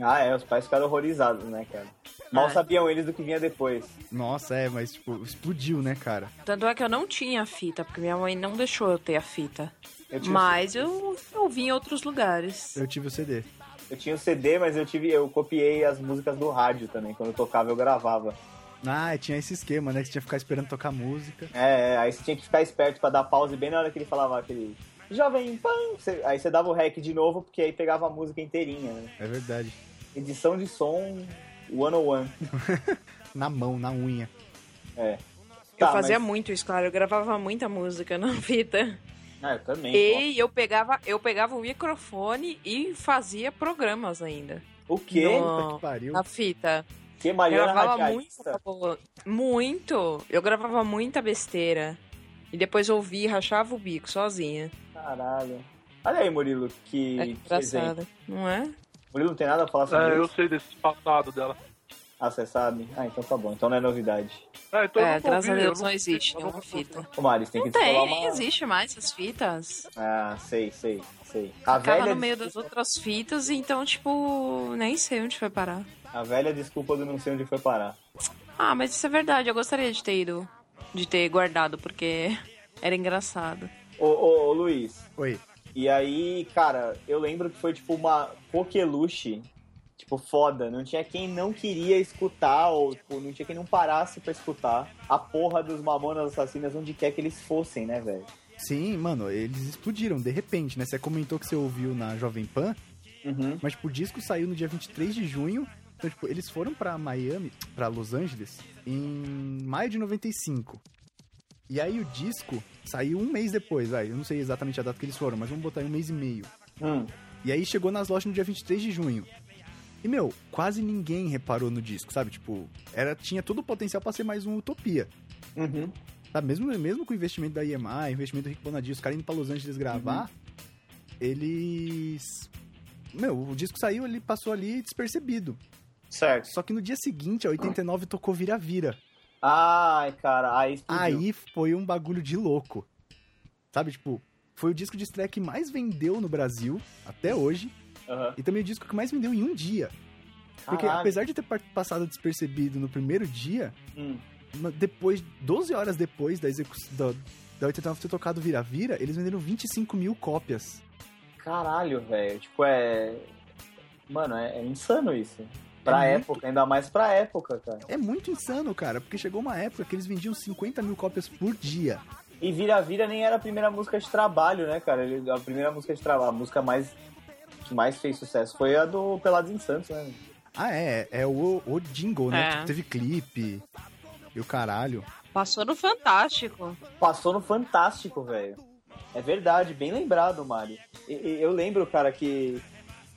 Ah, é, os pais ficaram horrorizados, né, cara? Mal
Ah.
sabiam eles do que vinha depois.
Nossa, é, mas tipo, explodiu, né, cara?
Tanto é que eu não tinha a fita, porque minha mãe não deixou eu ter a fita.
Eu tinha,
Mas eu ouvi em outros lugares.
Eu tive o CD.
eu tinha o CD, mas eu tive, eu copiei as músicas do rádio também. Quando eu tocava, eu gravava.
Ah, tinha esse esquema, né? Que você tinha que ficar esperando tocar música.
É, é, aí você tinha que ficar esperto pra dar pause bem na hora que ele falava aquele jovem pan. Você- aí você dava o rec de novo, porque aí pegava a música inteirinha, né?
É verdade.
Edição de som 101.
Na mão, na unha.
Eu
Tá,
fazia
mas-
muito isso, claro. Eu gravava muita música na fita.
Ah, eu também.
E eu pegava, eu pegava o microfone e fazia programas ainda.
O quê?
Puta
No-
que pariu.
na fita.
Que
Eu
Mariana
gravava
é radialista?
muito, muito. Eu gravava muita besteira. E depois ouvia e rachava o bico sozinha.
Caralho. Olha aí, Murilo, que,
É
que exemplo.
engraçado, não é?
Murilo não tem nada a falar sobre isso?
É, sei desse passado dela.
Ah, você sabe? Ah, então tá bom. Então não é novidade.
É, então
é, graças a Deus não existe nenhuma fita.
Ô, Mari, você tem
Não
que descolar
tem,
uma...
nem existe mais essas fitas.
Ah, sei, sei, sei. A
Ficava
velha...
no meio das outras fitas, então, tipo, nem sei onde foi parar.
A velha desculpa do não sei onde foi parar.
Ah, mas isso é verdade. Eu gostaria de ter ido. De ter guardado, porque era engraçado.
Ô, ô, ô, Luiz,
Oi.
e aí, cara, eu lembro que foi tipo uma coqueluche, tipo, foda. Não tinha quem não queria escutar, ou tipo, não tinha quem não parasse pra escutar a porra dos mamonas assassinas onde quer que eles fossem, né, velho?
Sim, mano, eles explodiram de repente, né? Você comentou que você ouviu na Jovem Pan,
Uhum.
mas tipo, o disco saiu no dia 23 de junho. Então, tipo, eles foram pra Miami, pra Los Angeles, em maio de 95. E aí o disco saiu um mês depois, vai. Eu não sei exatamente a data que eles foram, mas vamos botar aí um mês e meio.
Hum.
E aí chegou nas lojas no dia 23 de junho. E, meu, quase ninguém reparou no disco, sabe? Tipo, era, tinha todo o potencial pra ser mais um Utopia.
Uhum.
Sabe? Tá, Mesmo, mesmo com o investimento da EMI, investimento do Rick Bonadio, os caras indo pra Los Angeles gravar, eles... Meu, o disco saiu, ele passou ali despercebido.
Certo.
Só que no dia seguinte, a 89 tocou Vira-Vira.
Ai, cara, aí explodiu.
Aí foi um bagulho de louco. Sabe, tipo, foi o disco de estreia que mais vendeu no Brasil, até hoje,
Aham.
e também o disco que mais vendeu em um dia. Porque
Caralho.
apesar de ter par- passado despercebido no primeiro dia,
Hum.
ma- depois, 12 horas depois da execução da, da 89 ter tocado vira-vira, eles venderam 25 mil cópias.
Caralho, velho. Tipo, é. Mano, é, é insano isso. Pra
É muito.
época, ainda mais pra época, cara.
É muito insano, cara, porque chegou uma época que eles vendiam 50 mil cópias por dia.
E Vira-Vira nem era a primeira música de trabalho, né, cara? Ele- a primeira música de trabalho, a música mais. que mais fez sucesso foi a do Pelados em Santos, né?
Ah, é, é o, o jingle, né?
É.
Tipo, teve clipe e o caralho.
Passou no Fantástico.
Passou no Fantástico, velho. É verdade, bem lembrado, Mário. E- e- eu lembro, cara, que.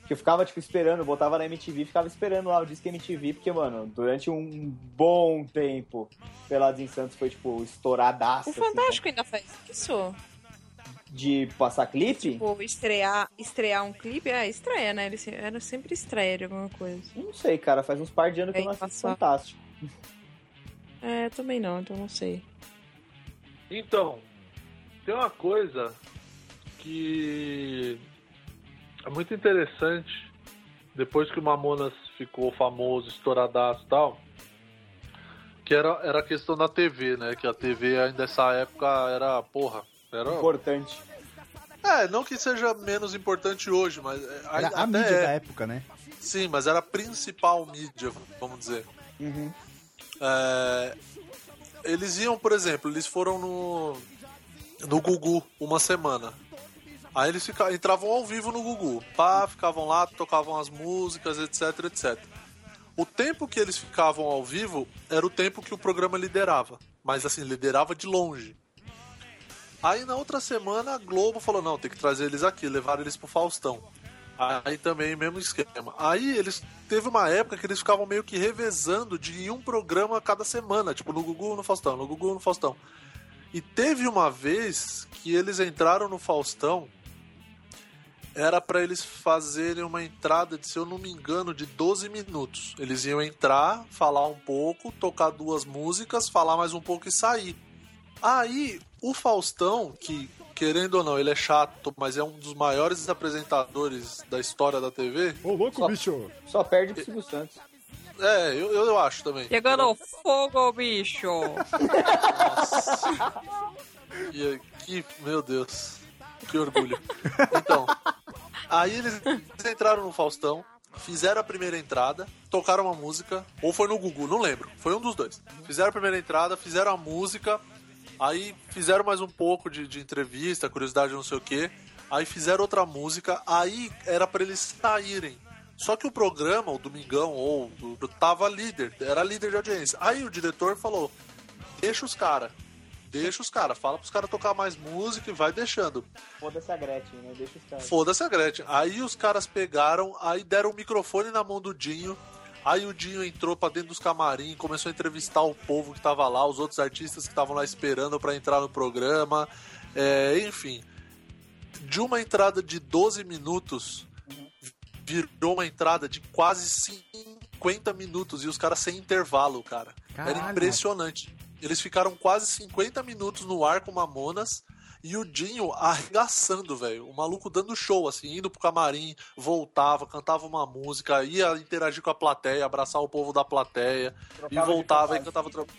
Que eu ficava, tipo, esperando, eu botava na MTV, ficava esperando lá o disco MTV, porque, mano, durante um bom tempo, Pelados em Santos foi, tipo, estouradaço.
O
assim, né?
Fantástico ainda faz isso?
de passar clipe?
Tipo, estrear, estrear um clipe? É, estreia, né? Ele se- era sempre estreia de alguma coisa.
Não sei, cara. Faz uns par de anos que eu não
Bem,
assisto
passou.
Fantástico.
É, eu também não, então não sei.
Então, tem uma coisa que é muito interessante. Depois que o Mamonas ficou famoso, estouradaço e tal, que era, era a questão da TV, né? Que a TV ainda nessa época era, porra, era...
Importante.
É, não que seja menos importante hoje, mas... é,
Era
até
a mídia
é.
da época, né?
Sim, mas era a principal mídia, vamos dizer. É, eles iam, por exemplo, eles foram no no Gugu uma semana. Aí eles fica- entravam ao vivo no Gugu. Pá, ficavam lá, tocavam as músicas, etc, etc. O tempo que eles ficavam ao vivo era o tempo que o programa liderava. Mas assim, liderava de longe. Aí na outra semana a Globo falou: não, tem que trazer eles aqui, levaram eles pro Faustão. Aí também, mesmo esquema. Aí eles teve uma época que eles ficavam meio que revezando de ir um programa a cada semana, tipo no Gugu no Faustão, no Gugu no Faustão. E teve uma vez que eles entraram no Faustão, era pra eles fazerem uma entrada de, se eu não me engano, de 12 minutos. Eles iam entrar, falar um pouco, tocar duas músicas, falar mais um pouco e sair. Aí o Faustão, que querendo ou não, ele é chato, mas é um dos maiores apresentadores da história da TV.
Ô, louco,
Só-
bicho!
Só perde pro Silvio Santos.
É, eu, eu acho também.
Pegando fogo, bicho. [laughs]
Nossa. Que, que- meu Deus. Que orgulho. Então, aí eles entraram no Faustão, fizeram a primeira entrada, tocaram uma música, ou foi no Gugu, não lembro. Foi um dos dois. Fizeram a primeira entrada, fizeram a música, aí fizeram mais um pouco de, de entrevista, curiosidade, não sei o quê. Aí fizeram outra música, aí era pra eles saírem. Só que o programa, o Domingão, ou o- tava líder, era líder de audiência. Aí o diretor falou: deixa os caras. Deixa os caras, fala pros caras tocar mais música e vai deixando.
Foda-se a Gretchen, né? Deixa os caras.
Foda-se a Gretchen. Aí os caras pegaram, aí deram o microfone na mão do Dinho. Aí o Dinho entrou pra dentro dos camarim, começou a entrevistar o povo que tava lá, os outros artistas que estavam lá esperando pra entrar no programa. É, enfim, de uma entrada de 12 minutos, virou uma entrada de quase 50 minutos e os caras sem intervalo, cara. Era impressionante. Eles ficaram quase 50 minutos no ar com Mamonas E o Dinho arregaçando, velho. O maluco dando show, assim, indo pro camarim, voltava, cantava uma música, ia interagir com a plateia, abraçar o povo da plateia,
Trocava
e
de
voltava e
né?
fantasia.
cantava outra.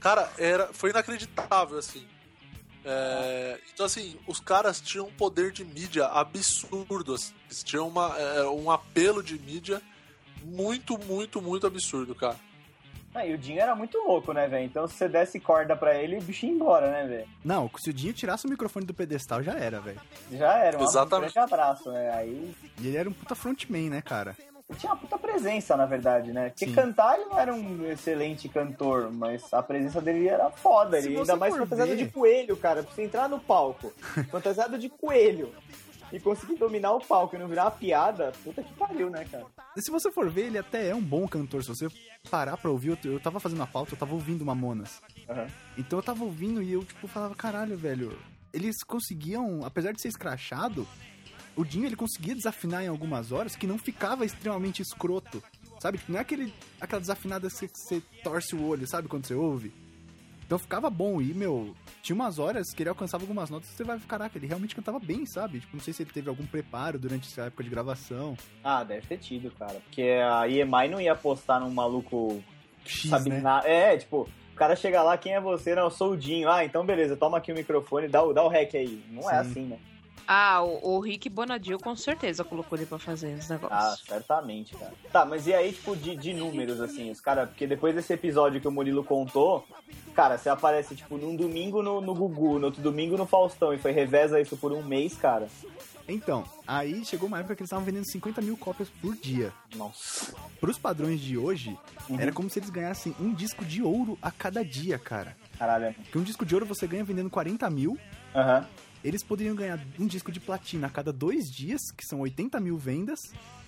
Cara, era, foi inacreditável, assim. É, então, assim, os caras tinham um poder de mídia absurdo. Assim. Eles tinham uma, é, um apelo de mídia muito, muito, muito absurdo, cara.
Ah, e o Dinho era muito louco, né, velho? Então se você desse corda pra ele, o bicho ia embora, né, velho?
Não, se o Dinho tirasse o microfone do pedestal, já era, velho.
Já era, um
Exatamente.
grande abraço, né? Aí
E ele era um puta frontman, né, cara?
tinha uma puta presença, na verdade, né? Porque
Sim.
cantar ele não era um excelente cantor, mas a presença dele era foda.
Se
Ele,
você
ainda mais
for
fantasiado
ver-
de coelho, cara. Pra você entrar no
[laughs]
palco, fantasiado de coelho. E conseguir dominar o palco e não virar uma piada, puta que pariu, né, cara?
E se você for ver, ele até é um bom cantor. Se você parar pra ouvir, eu, eu tava fazendo a pauta, eu tava ouvindo Mamonas.
Aham.
Então eu tava ouvindo e eu, tipo, falava, caralho, velho. Eles conseguiam, apesar de ser escrachado, o Dinho, ele conseguia desafinar em algumas horas que não ficava extremamente escroto. Sabe? Não é aquele, aquela desafinada que você- que você torce o olho, sabe? Quando você ouve. Então ficava bom e, meu, tinha umas horas que ele alcançava algumas notas e você vai, caraca, ele realmente cantava bem, sabe? Tipo, não sei se ele teve algum preparo durante essa época de gravação.
Ah, deve ter tido, cara. Porque a EMI não ia apostar num maluco
X,
sabe
né?
nada. É, tipo, o cara chega lá, quem é você? Não, eu sou o Dinho. Ah, então beleza, toma aqui o microfone, dá o, dá o rec aí. Não é
Sim.
assim, né?
Ah, o, o Rick Bonadil com certeza colocou ele pra fazer os
Ah,
negócios.
certamente, cara. Tá, mas e aí, tipo, de, de números, assim, os caras... Porque depois desse episódio que o Murilo contou, cara, você aparece, tipo, num domingo no, no Gugu, no outro domingo no Faustão, e foi reveza isso por um mês, cara.
Então, aí chegou uma época que eles estavam vendendo 50 mil cópias por dia.
Nossa.
Pros padrões de hoje,
Uhum.
era como se eles ganhassem um disco de ouro a cada dia, cara.
Caralho. é
Porque um disco de ouro você ganha vendendo 40 mil,
Aham.
eles poderiam ganhar um disco de platina a cada dois dias, que são 80 mil vendas,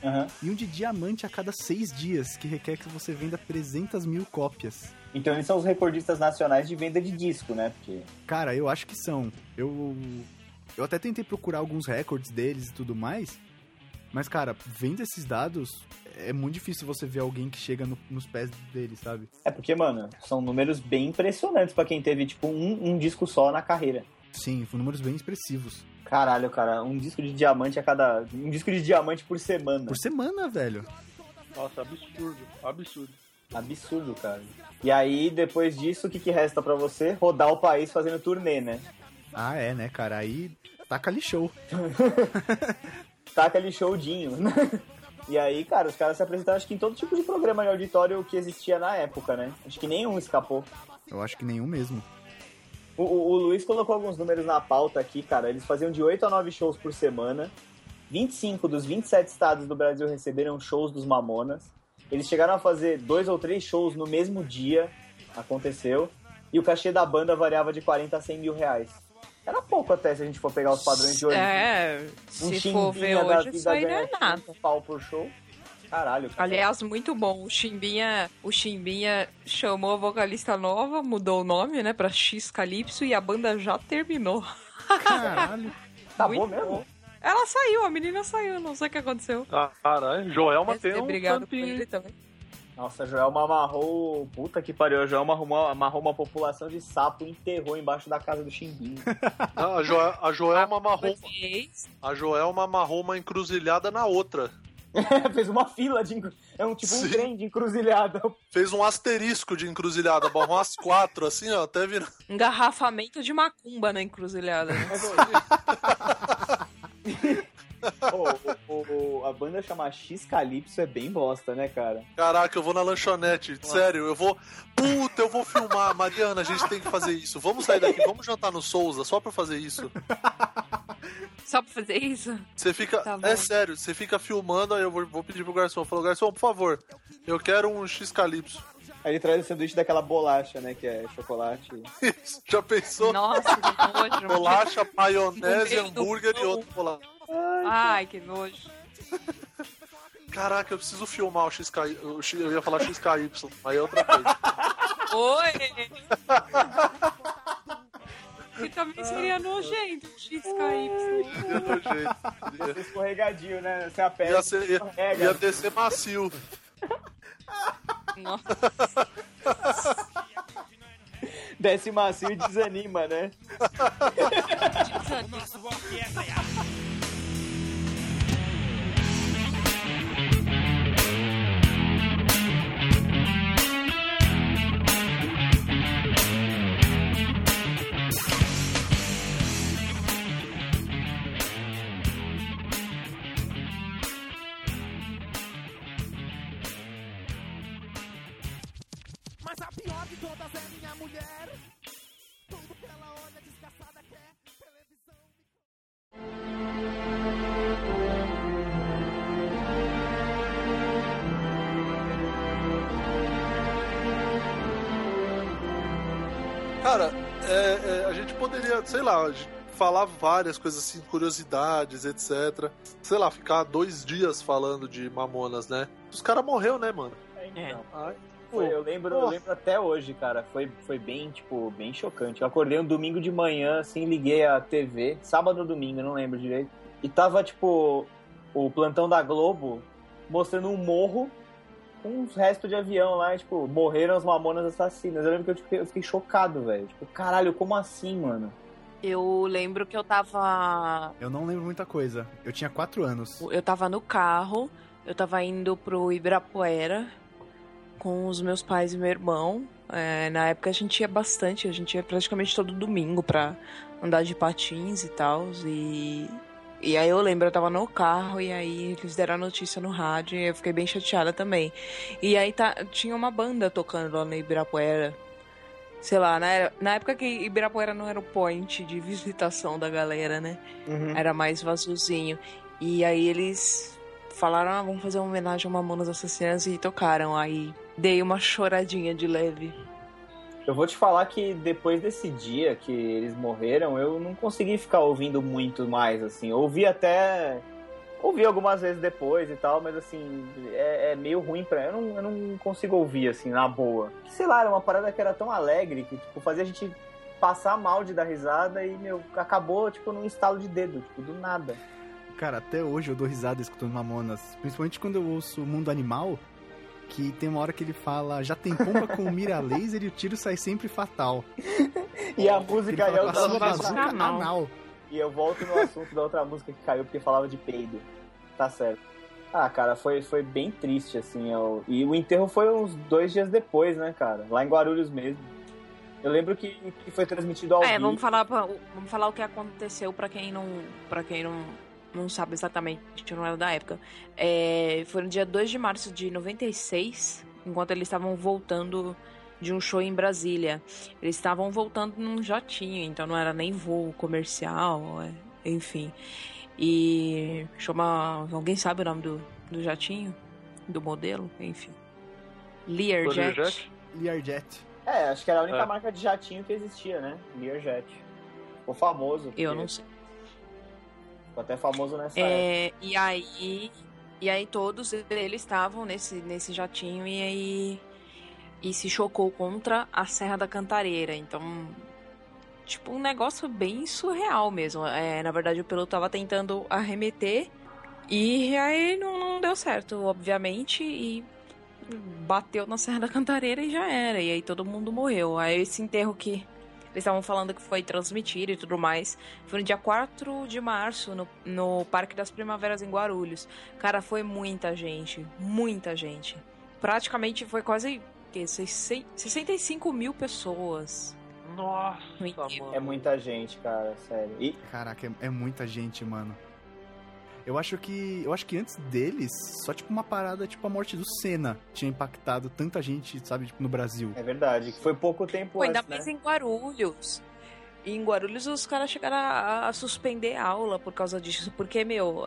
Aham.
e um de diamante a cada seis dias, que requer que você venda 300 mil cópias.
Então eles são os recordistas nacionais de venda de disco, né? Porque...
Cara, eu acho que são. Eu, eu até tentei procurar alguns recordes deles e tudo mais. Mas, cara, vendo esses dados, é muito difícil você ver alguém que chega no- nos pés deles, sabe?
É porque, mano, são números bem impressionantes pra quem teve, tipo, um, um disco só na carreira.
Sim, foram números bem expressivos.
Caralho, cara, um disco de diamante a cada. Um disco de diamante por semana.
Por semana, velho.
Nossa, absurdo, absurdo.
Absurdo, cara. E aí, depois disso, o que, que resta pra você? Rodar o país fazendo turnê, né?
Ah, é, né, cara? Aí taca ali show.
Taca ali showdinho. Tá [laughs] E aí, cara, os caras se apresentaram, acho que em todo tipo de programa de auditório que existia na época, né? Acho que nenhum escapou.
Eu acho que nenhum mesmo.
O, o- o Luiz colocou alguns números na pauta aqui, cara. Eles faziam de 8 a 9 shows por semana. 25 dos 27 estados do Brasil receberam shows dos Mamonas. Eles chegaram a fazer dois ou três shows no mesmo dia. Aconteceu. E o cachê da banda variava de 40 a 100 mil reais. Era pouco até se a gente for pegar os padrões Ah, de hoje. Um
É, se for ver
Chimbinha da
hoje, isso
vida
aí não é
ganha
nada.
500 pau por show. Caralho. cara.
Aliás, muito bom. O Chimbinha, o Chimbinha chamou a vocalista nova, mudou o nome, né, pra X Calypso e a banda já terminou.
Caralho.
acabou
muito
mesmo?
Ela saiu, a menina saiu, não sei o que aconteceu.
Caralho, Joel
Deve ter
Mateu, um
é brigado com
tampinho.
ele também.
Nossa, Joelma amarrou. Puta que pariu. A Joelma amarrou, amarrou uma população de sapo e enterrou embaixo da casa do Chimbinho.
A, Jo- a
Ah,
Joelma amarrou,
Vocês,
a Joelma amarrou uma encruzilhada na outra.
[laughs] Fez uma fila de. encru- É um tipo um
Sim.
trem de
[laughs]
encruzilhada.
Fez um asterisco de encruzilhada, borrou umas [laughs] quatro, assim, ó, até virar.
engarrafamento de macumba na encruzilhada. né?
Ô, ô, ô, a banda chamar X Calypso é bem bosta, né, cara?
Caraca, eu vou na lanchonete, sério, eu vou. Puta, eu vou filmar. Mariana, a gente tem que fazer isso. Vamos sair daqui, vamos jantar no Souza só pra fazer isso.
Só pra fazer isso?
Você fica.
Tá bom.
é sério, você fica filmando, aí eu vou, vou pedir pro garçom. Eu falo, garçom, por favor, eu quero um X Calypso. [laughs]
Aí ele traz o sanduíche daquela bolacha, né? Que é chocolate.
Já pensou?
Nossa, que nojo.
[laughs]
Bolacha,
No
maionese,
meio do
hambúrguer e
pão.
outro bolacha.
Ai, que nojo.
Caraca, eu preciso filmar o XK. o X- Eu ia falar XKY, aí é outra coisa.
Oi! que também seria nojento, XKY.
[laughs] Ia ter jeito.
Escorregadinho, né? Você
Ia,
aperta.
ia, ser- ia,
escorrega.
ia descer macio.
Nossa.
desce macio e desanima, né?
O nosso walk é ganhar. Mas a pior de todas é minha mulher. Tudo que ela olha desgraçada quer televisão.
Cara, é, é, a gente poderia, sei lá, falar várias coisas assim, curiosidades, etc. Sei lá, ficar dois dias falando de Mamonas, né? Os caras morreu, né, mano?
Então,
Ai, pô,
foi- eu lembro, eu
Porra.
lembro até hoje, cara. Foi, foi bem, tipo, bem chocante. Eu acordei um domingo de manhã, assim, liguei a TV, sábado ou domingo, não lembro direito. E tava, tipo, o plantão da Globo mostrando um morro com uns restos de avião lá, e, tipo, morreram as mamonas assassinas. Eu lembro que eu, tipo, eu fiquei chocado, velho. Tipo, caralho, como assim, mano?
Eu lembro que eu tava.
Eu não lembro muita coisa. Eu tinha quatro anos.
Eu tava no carro, eu tava indo pro Ibirapuera com os meus pais e meu irmão. É, na época a gente ia bastante, a gente ia praticamente todo domingo pra andar de patins e tal. E, e aí eu lembro, eu tava no carro e aí eles deram a notícia no rádio e eu fiquei bem chateada também. E aí tá, tinha uma banda tocando lá no Ibirapuera. Sei lá, na, era- na época que Ibirapuera não era o point de visitação da galera, né? Era mais vaziozinho. E aí eles falaram, ah, vamos fazer uma homenagem a Mamonas Assassinas e tocaram. Aí dei uma choradinha de leve.
Eu vou te falar que depois desse dia que eles morreram, eu não consegui ficar ouvindo muito mais, assim. Eu Ouvi até. Ouvi algumas vezes depois e tal, mas assim, é, é meio ruim pra. Eu não, eu não consigo ouvir, assim, na boa. Sei lá, era uma parada que era tão alegre que, tipo, fazia a gente passar mal de dar risada e, meu, acabou, tipo, num estalo de dedo, tipo, do nada.
Cara, até hoje eu dou risada escutando Mamonas. Principalmente quando eu ouço o Mundo Animal, que tem uma hora que ele fala, já tem pomba com mira laser e o tiro sai sempre fatal.
E a
Ele
música.
fala
eu-
com a sua bazuca
anal.
anal.
E eu volto no assunto da outra música que caiu porque falava de peido. Tá certo. Ah, cara, foi, foi bem triste, assim. eu- E o enterro foi uns dois dias depois, né, cara? Lá em Guarulhos mesmo. Eu lembro que, que foi transmitido ao
É,
vivo.
vamos falar, pra- vamos falar o que aconteceu pra quem não, para quem não, não sabe exatamente, eu não era da época. É, foi no dia 2 de março de 96, enquanto eles estavam voltando de um show em Brasília. Eles estavam voltando num jatinho, então não era nem voo comercial, é, enfim. E chama, alguém sabe o nome do, do jatinho, do modelo, enfim. Learjet.
Learjet?
Learjet.
É, acho que era a única
É.
marca de jatinho que existia, né? Learjet. Ficou famoso.
Eu
porque
não sei.
Ficou até famoso nessa época.
É, e aí e aí todos eles estavam nesse nesse jatinho e aí e se chocou contra a Serra da Cantareira. Então, tipo, um negócio bem surreal mesmo. É, na verdade, o piloto tava tentando arremeter e aí não, não deu certo, obviamente, e bateu na Serra da Cantareira e já era. E aí todo mundo morreu. Aí esse enterro que eles estavam falando que foi transmitido e tudo mais. Foi no dia 4 de março, no, no Parque das Primaveras em Guarulhos. Cara, foi muita gente, muita gente. Praticamente foi quase que, 65 mil pessoas.
Nossa,
Muito
mano.
É muita gente, cara, sério. E
Caraca, é, é muita gente, mano. Eu acho que. Eu acho que antes deles, só tipo uma parada, tipo a morte do Senna tinha impactado tanta gente, sabe, tipo, no Brasil.
é verdade, que foi pouco tempo
Pô, ainda
antes, né?
mais em Guarulhos. E em Guarulhos os caras chegaram a, a suspender a aula por causa disso. Porque, meu,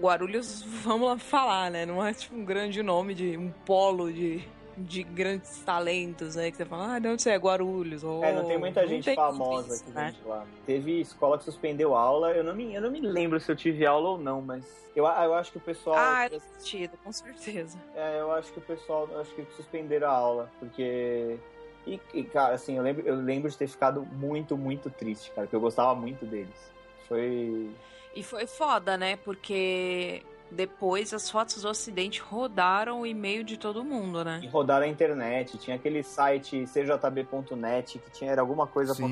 Guarulhos, [laughs] vamos lá falar, né? Não é tipo um grande nome de um polo de, de grandes talentos, né? Que você fala, ah, de onde você é? Guarulhos. Ou...
É, não tem muita gente
tem
famosa
isso,
que
né?
vem de lá. Teve escola que suspendeu aula. Eu não me, eu não me lembro se eu tive aula ou não, mas eu, a- eu acho que o pessoal,
Ah, era assistido, com certeza.
é, eu acho que o pessoal, eu acho que suspenderam a aula porque e, e, cara, assim, eu lembro, eu lembro de ter ficado muito, muito triste, cara, porque eu gostava muito deles. Foi
E foi foda, né? Porque Depois, as fotos do acidente rodaram o e-mail de todo mundo, né?
E rodaram a internet. Tinha aquele site cjb.net que tinha era alguma coisa
Sim.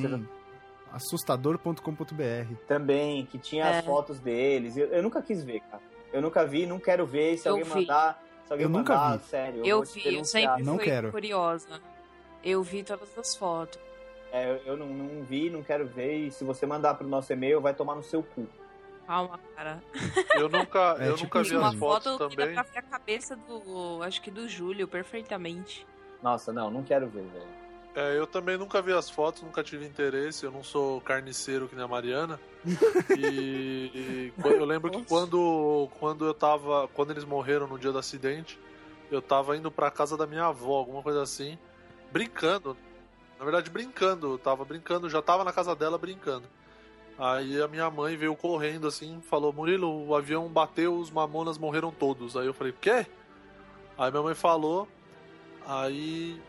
Assustador.com.br.
também, que tinha
É.
as fotos deles. Eu, eu nunca quis ver, cara. Eu nunca vi, não quero ver. Se
Eu
alguém
vi.
mandar, se alguém
Eu nunca
mandar,
vi.
sério, eu,
Eu
vou te
vi, eu
denunciar.
sempre
Não
fui
quero.
curiosa. Eu vi todas as fotos.
É, eu, eu não, não vi, não quero ver. E se você mandar pro nosso e-mail, vai tomar no seu cu.
Calma, cara.
Eu nunca,
É,
eu
tipo
nunca
isso
vi
mesmo.
as
Uma
fotos
foto que dá
também.
pra ver a cabeça do. Acho que do Júlio perfeitamente.
Nossa, não, não quero ver, velho.
É, eu também nunca vi as fotos, nunca tive interesse. Eu não sou carniceiro que nem a Mariana. e, e qu- eu lembro que
Nossa.
quando, quando eu tava. Quando eles morreram no dia do acidente, eu tava indo pra casa da minha avó, alguma coisa assim, brincando. Na verdade, brincando. Eu tava brincando, já tava na casa dela brincando. Aí a minha mãe veio correndo assim, falou: Murilo, o avião bateu, os mamonas morreram todos. Aí eu falei: Quê? Aí minha mãe falou. Aí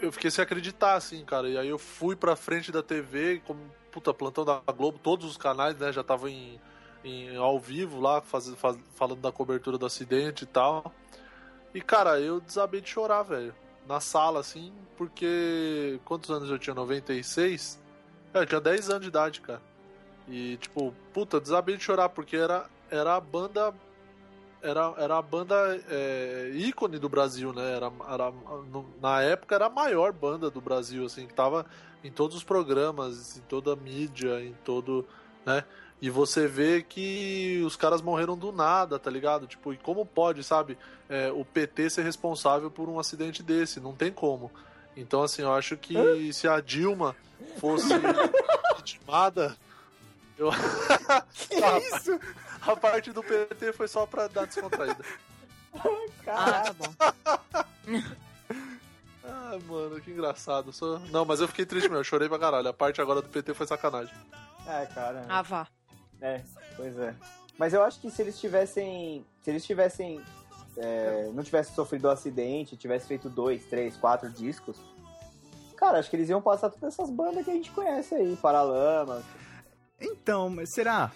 eu fiquei sem acreditar, assim, cara. E aí eu fui pra frente da TV, como, puta, plantão da Globo, todos os canais, né, já estavam em, em- ao vivo lá, faz, faz- falando da cobertura do acidente e tal. E, cara, eu desabei de chorar, velho. Na sala, assim, porque. Quantos anos eu tinha? 96? É, eu tinha 10 anos de idade, cara. E, tipo, puta, desabei de chorar, porque era, era a banda. Era, era a banda é, ícone do Brasil, né? Era, era- no- na época era a maior banda do Brasil, assim, que tava em todos os programas, em toda a mídia, em todo. né? E você vê que os caras morreram do nada, tá ligado? Tipo, e como pode, sabe? é, o PT ser responsável por um acidente desse? Não tem como. Então, assim, eu acho que se a Dilma fosse intimada. Eu... [laughs] a,
Isso!
a parte do PT foi só pra dar descontraída.
Caralho.
Ah, mano, que engraçado. Só- Não, mas eu fiquei triste mesmo, eu chorei pra caralho. A parte agora do PT foi sacanagem.
É, cara.
Ah, vá.
É, pois é. Mas eu acho que se eles tivessem. Se eles tivessem. é, não tivessem sofrido um acidente, tivesse feito dois, três, quatro discos. Cara, acho que eles iam passar todas essas bandas que a gente conhece aí, Paralamas.
Então, mas será?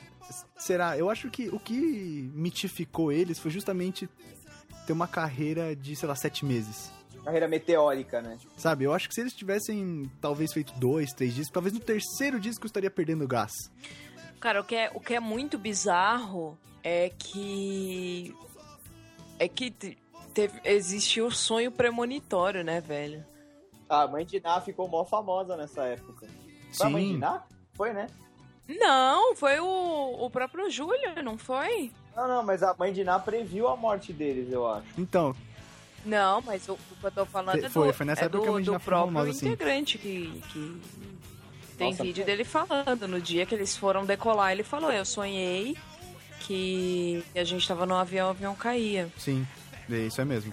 Será? Eu acho que o que mitificou eles foi justamente ter uma carreira de, sei lá, sete meses.
Carreira meteórica, né?
Sabe? Eu acho que se eles tivessem talvez feito dois, três discos, talvez no terceiro disco eu estaria perdendo gás.
Cara, o que, é, o que é muito bizarro é que. É que te- teve, existiu o sonho premonitório, né, velho?
Ah, a mãe de Ná ficou mó famosa nessa época. Foi a mãe de Ná? Foi, né?
Não, foi o, o próprio Júlio, não foi?
Não, não, mas a mãe de Ná previu a morte deles, eu acho.
Então,
Não, mas o, o que eu tô falando é
Foi,
do,
foi nessa
é
época
do,
que a Medina
do
foi
próprio
famosa, assim.
integrante que, que tem
Nossa,
vídeo dele falando. No dia que eles foram decolar, ele falou, eu sonhei que a gente tava no avião, o avião caía.
Sim, é isso é mesmo.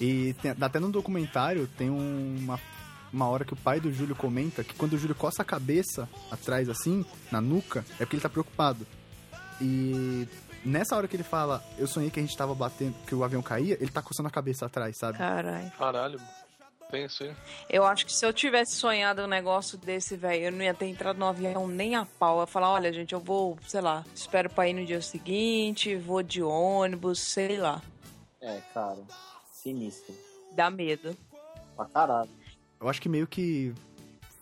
E tem- até no documentário tem um- uma, uma hora que o pai do Júlio comenta que quando o Júlio coça a cabeça atrás assim, na nuca, é porque ele tá preocupado. E nessa hora que ele fala, eu sonhei que a gente tava batendo, que o avião caía, ele tá coçando a cabeça atrás, sabe?
Caralho.
Caralho, mano. Tem isso aí.
Eu acho que se eu tivesse sonhado um negócio desse, velho, eu não ia ter entrado no avião nem a pau. Eu ia falar, olha, gente, eu vou, sei lá, espero pra ir no dia seguinte, vou de ônibus, sei lá.
É, cara. Sinistro.
Dá medo.
Pra caralho.
Eu acho que meio que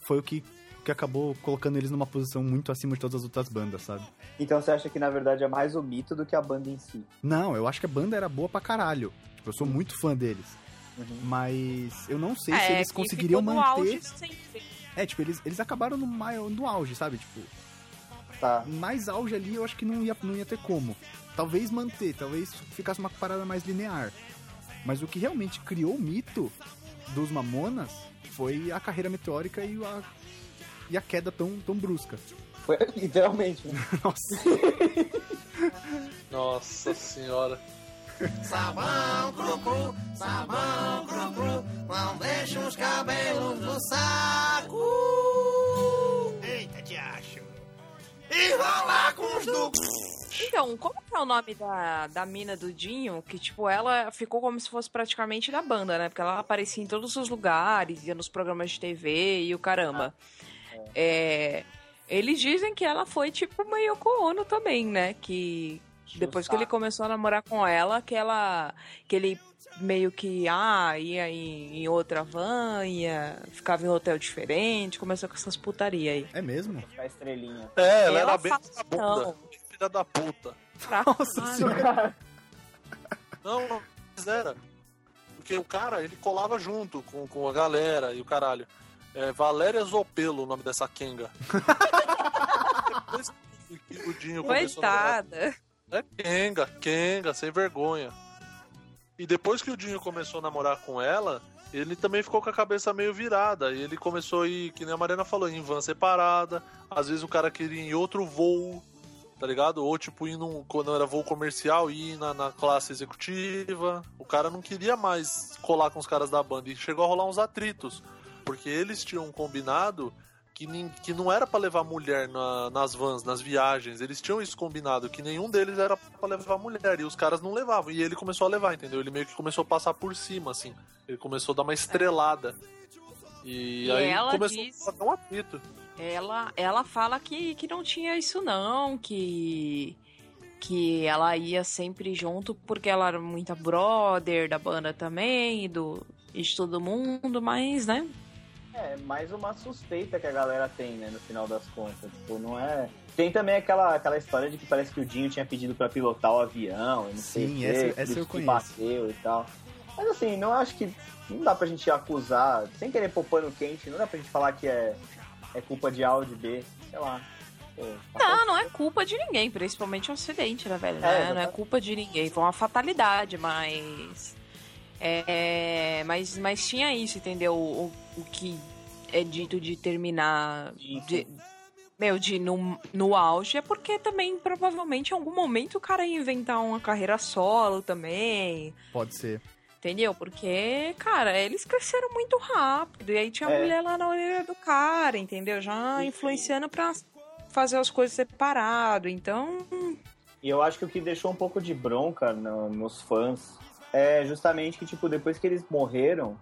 foi o que, que acabou colocando eles numa posição muito acima de todas as outras bandas, sabe?
Então você acha que na verdade é mais o mito do que a banda em si?
Não, eu acho que a banda era boa pra caralho. Tipo, eu sou muito fã deles.
Uhum.
Mas eu não sei
É,
se eles
que
conseguiriam
ficou no
manter.
auge sempre.
É, tipo, eles, eles acabaram no, maior, no auge, sabe? Tipo,
Tá.
mais auge ali eu acho que não ia, não ia ter como. Talvez manter, talvez ficasse uma parada mais linear. Mas o que realmente criou o mito dos Mamonas foi a carreira meteórica e a, e a queda tão, tão brusca. [laughs]
Foi [laughs] literalmente. né?
Nossa,
[laughs] Nossa senhora.
Sabão cru-cru, sabão cru-cru, não deixa os cabelos no saco. Eita, te acho. Enrolar com os do
Então, como que é o nome da, da mina do Dinho? Que, tipo, ela ficou como se fosse praticamente da banda, né? Porque ela aparecia em todos os lugares, ia nos programas de TV e o caramba. É, eles dizem que ela foi, tipo, uma Yoko Ono também, né? Que,
Depois que ele começou a namorar com ela, que ela. que ele meio que ah, ia em, em outra van, ia, ficava em um hotel diferente, começou com essas putaria
[laughs]
aí.
É mesmo?
[laughs]
A estrelinha.
É,
Ela
ela era bem
fala,
vagabunda. Filha da puta.
né?
Nossa senhora.
Não, não, mas era. Porque o cara, ele colava junto com, com a galera e o caralho. É, Valéria Zopelo, o nome dessa Kenga. Depois que o Dinho começou a namorar
Coitada.
É Kenga, Kenga, sem vergonha. E depois que o Dinho começou a namorar com ela, ele também ficou com a cabeça meio virada. E ele começou a ir, que nem a Mariana falou, em van separada. Às vezes o cara queria ir em outro voo, tá ligado? Ou tipo, ir num, quando era voo comercial, ir na, na classe executiva. O cara não queria mais colar com os caras da banda. E chegou a rolar uns atritos. Porque eles tinham combinado que, nin- que não era pra levar mulher na- nas vans, nas viagens. Eles tinham isso combinado, que nenhum deles era pra levar mulher. E os caras não levavam. E ele começou a levar, entendeu? Ele meio que começou a passar por cima, assim. Ele começou a dar uma estrelada. E,
E
aí
ela
começou
diz-
a dar um apito.
Ela, ela fala que, que não tinha isso não, que que ela ia sempre junto porque ela era muita brother da banda também, e do e de todo mundo, mas né?
É, mais uma suspeita que a galera tem, né, no final das contas. Tipo, não é. Tem também aquela, aquela história de que parece que o Dinho tinha pedido pra pilotar o avião, e não sei
Sim,
o quê,
essa-
por
essa
isso
eu
que
conheço.
bateu e tal. Mas assim, não acho que. Não dá pra gente acusar, sem querer pôr pano quente, não dá pra gente falar que é, é culpa de A ou de B, sei lá. Pô, tá
Não, não é culpa de ninguém, principalmente um acidente, né, velho?
É,
Não é- não é
exatamente.
culpa de ninguém, foi uma fatalidade, mas. É, mas, mas tinha isso, entendeu? O, o- o que é dito de terminar.
Isso.
De, meu, de ir no, no auge, é porque também provavelmente em algum momento o cara ia inventar uma carreira solo também.
Pode ser.
Entendeu? Porque, cara, eles cresceram muito rápido. E aí tinha a
É.
mulher lá na orelha do cara, entendeu? Já influenciando pra fazer as coisas separado. Então,
E eu acho que o que deixou um pouco de bronca no- nos fãs é justamente que, tipo, depois que eles morreram,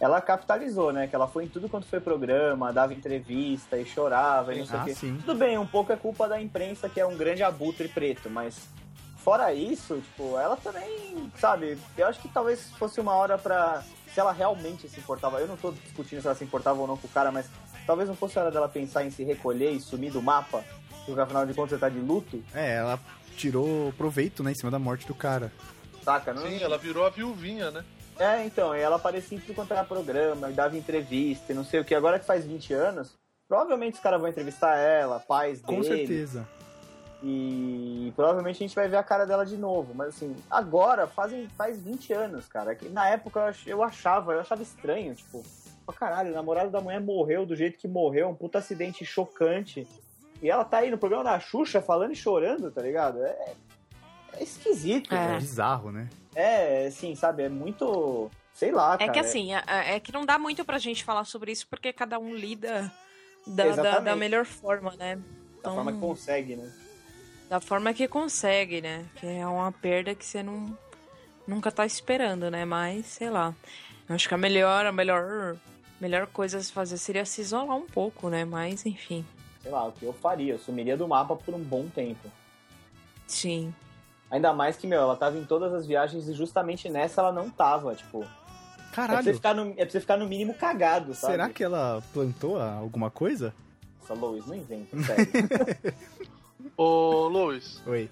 ela capitalizou, né? Que ela foi em tudo quanto foi programa, dava entrevista e chorava e não sei o
Ah,
quê.
sim.
Tudo bem, um pouco é culpa da imprensa, que é um grande abutre preto, mas fora isso, tipo, ela também, sabe, eu acho que talvez fosse uma hora pra. Se ela realmente se importava, eu não tô discutindo se ela se importava ou não com o cara, mas talvez não fosse a hora dela pensar em se recolher e sumir do mapa, porque afinal de contas você tá de luto,
É, ela tirou proveito, né, em cima da morte do cara.
saca? Não,
Sim, ela virou a viuvinha, né?
É, então, e ela aparecia em tudo quanto era programa, e dava entrevista e não sei o que. Agora que faz 20 anos, provavelmente os caras vão entrevistar ela, pais
Com
dele.
certeza.
E provavelmente a gente vai ver a cara dela de novo. Mas assim, agora fazem, faz 20 anos, cara. Que na época eu ach- eu achava, eu achava estranho, tipo, pra caralho, o namorado da mulher morreu do jeito que morreu, um puta acidente chocante. E ela tá aí no programa da Xuxa falando e chorando, tá ligado? É, é esquisito.
É.
É.
bizarro, né?
É, assim, sabe, é muito. Sei lá,
é
Ah, cara.
que assim, é- é, é que não dá muito pra gente falar sobre isso porque cada um lida da, da,
Exatamente.
da melhor forma, né?
Da
Então,
forma que consegue, né?
da forma que consegue, né? Que é uma perda que você não, nunca tá esperando, né? Mas, sei lá. Eu Acho que a melhor, a melhor, melhor coisa a se fazer seria se isolar um pouco, né? Mas, enfim.
Sei lá, o que eu faria? Eu sumiria do mapa por um bom tempo.
Sim.
Ainda mais que, meu, ela tava em todas as viagens e justamente nessa ela não tava, tipo. É pra você
Caralho,
ficar no, é pra você ficar no mínimo cagado, sabe?
será que ela plantou a- alguma coisa?
Nossa, Lois, não inventa, sério.
[laughs]
Ô, Luiz,
Oi.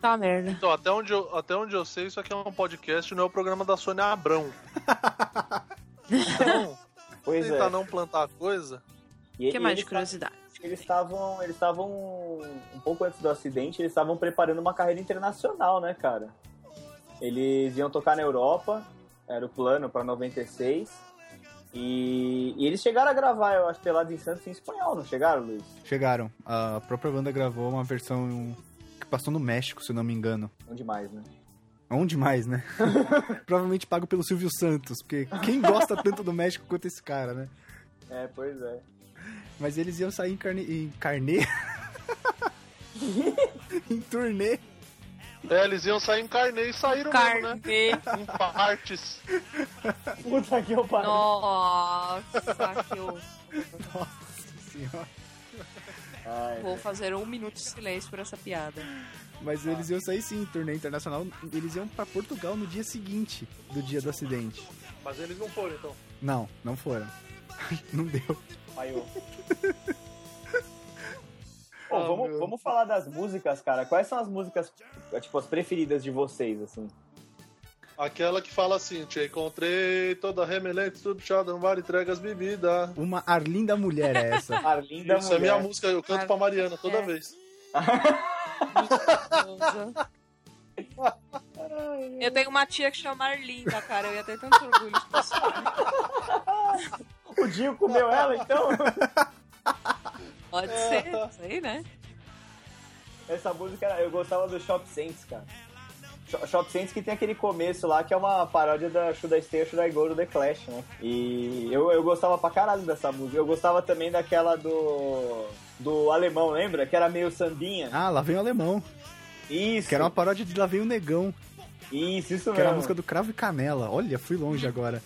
Tá merda.
então, até onde, eu, até onde eu sei, isso aqui é um podcast, não é o programa da Sônia Abrão. Então,
Pois
tentar
é.
não plantar coisa.
E,
O que
e tá
mais de
eles ta-
curiosidade?
Eles estavam. Eles estavam. Um pouco antes do acidente, eles estavam preparando uma carreira internacional, né, cara? Eles iam tocar na Europa, era o plano pra 96. E, e eles chegaram a gravar, eu acho, Pelados em Santos em espanhol, não chegaram, Luiz?
Chegaram. A própria banda gravou uma versão que passou no México, se eu não me engano.
Não demais, né?
Onde mais,
[laughs]
né? Provavelmente pago pelo Silvio Santos, porque quem gosta tanto do México quanto esse cara, né?
É, pois é.
Mas eles iam sair em carne... Em,
[laughs]
carnê? [laughs] em turnê.
É, eles iam sair em carnê e saíram mesmo, né?
tá- Carne.
Em partes.
Puta que eu pariu.
Nossa, que horror.
Nossa senhora.
Vou fazer um minuto de silêncio por essa piada.
Mas eles iam sair sim, turnê internacional. Eles iam pra Portugal no dia seguinte do dia do acidente.
Mas eles não foram, então.
Não, não foram. [laughs] não deu.
Paiô. Ô, vamos, vamos falar das músicas, cara. Quais são as músicas, tipo, as preferidas de vocês, assim?
Aquela que fala assim, te encontrei, toda remelente, tudo chado no bar, entrega as bebidas.
Uma Arlinda mulher é essa.
Arlinda
Isso é
Ah, Mulher.
minha música, eu canto pra Mariana
É.
toda vez.
Eu tenho uma tia que chama Arlinda, cara. Eu ia ter tanto orgulho disso.
O Dinho comeu ela, então?
Pode ser, não sei, né?
[laughs] Essa música, era- eu gostava do Shop Sense, cara. Sho- Shop Sense que tem aquele começo lá, que é uma paródia da Should I Stay or Should I Go do The Clash, né? E eu, eu gostava pra caralho dessa música. Eu gostava também daquela do... Do alemão, lembra? Que era meio sambinha.
Ah, lá vem o alemão.
Isso,
Que era uma paródia de Lá vem o negão.
isso, isso
Que era a
mesmo.
música do Cravo e Canela. Olha, fui longe agora.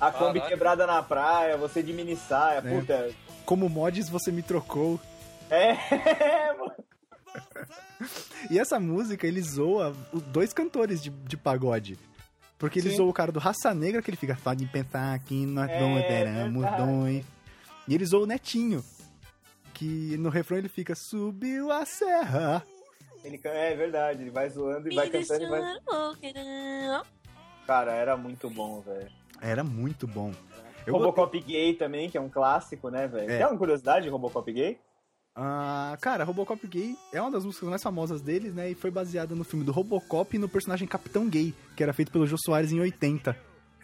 A Kombi
Caralho.
quebrada na praia, você de mini saia,
É.
puta.
Como mods você me trocou.
É, [laughs] mano.
E essa música, ele zoa os dois cantores de, de pagode. Porque ele
Sim.
zoa o cara do Raça Negra, que ele fica falando de pensar aqui, nós
É,
não esperamos
verdade.
dois. E ele zoa o Netinho. Que no refrão ele fica, subiu a serra.
Ele, can- é verdade, ele vai zoando e vai cantando e vai. Cara, era muito bom, velho.
Era muito bom. Eu
Robocop Gay também, que é um clássico, né, velho?
É.
Tem alguma curiosidade de Robocop Gay?
Ah, cara, Robocop Gay é uma das músicas mais famosas deles, né? E foi baseada no filme do Robocop e no personagem Capitão Gay, que era feito pelo Jô Soares em 80.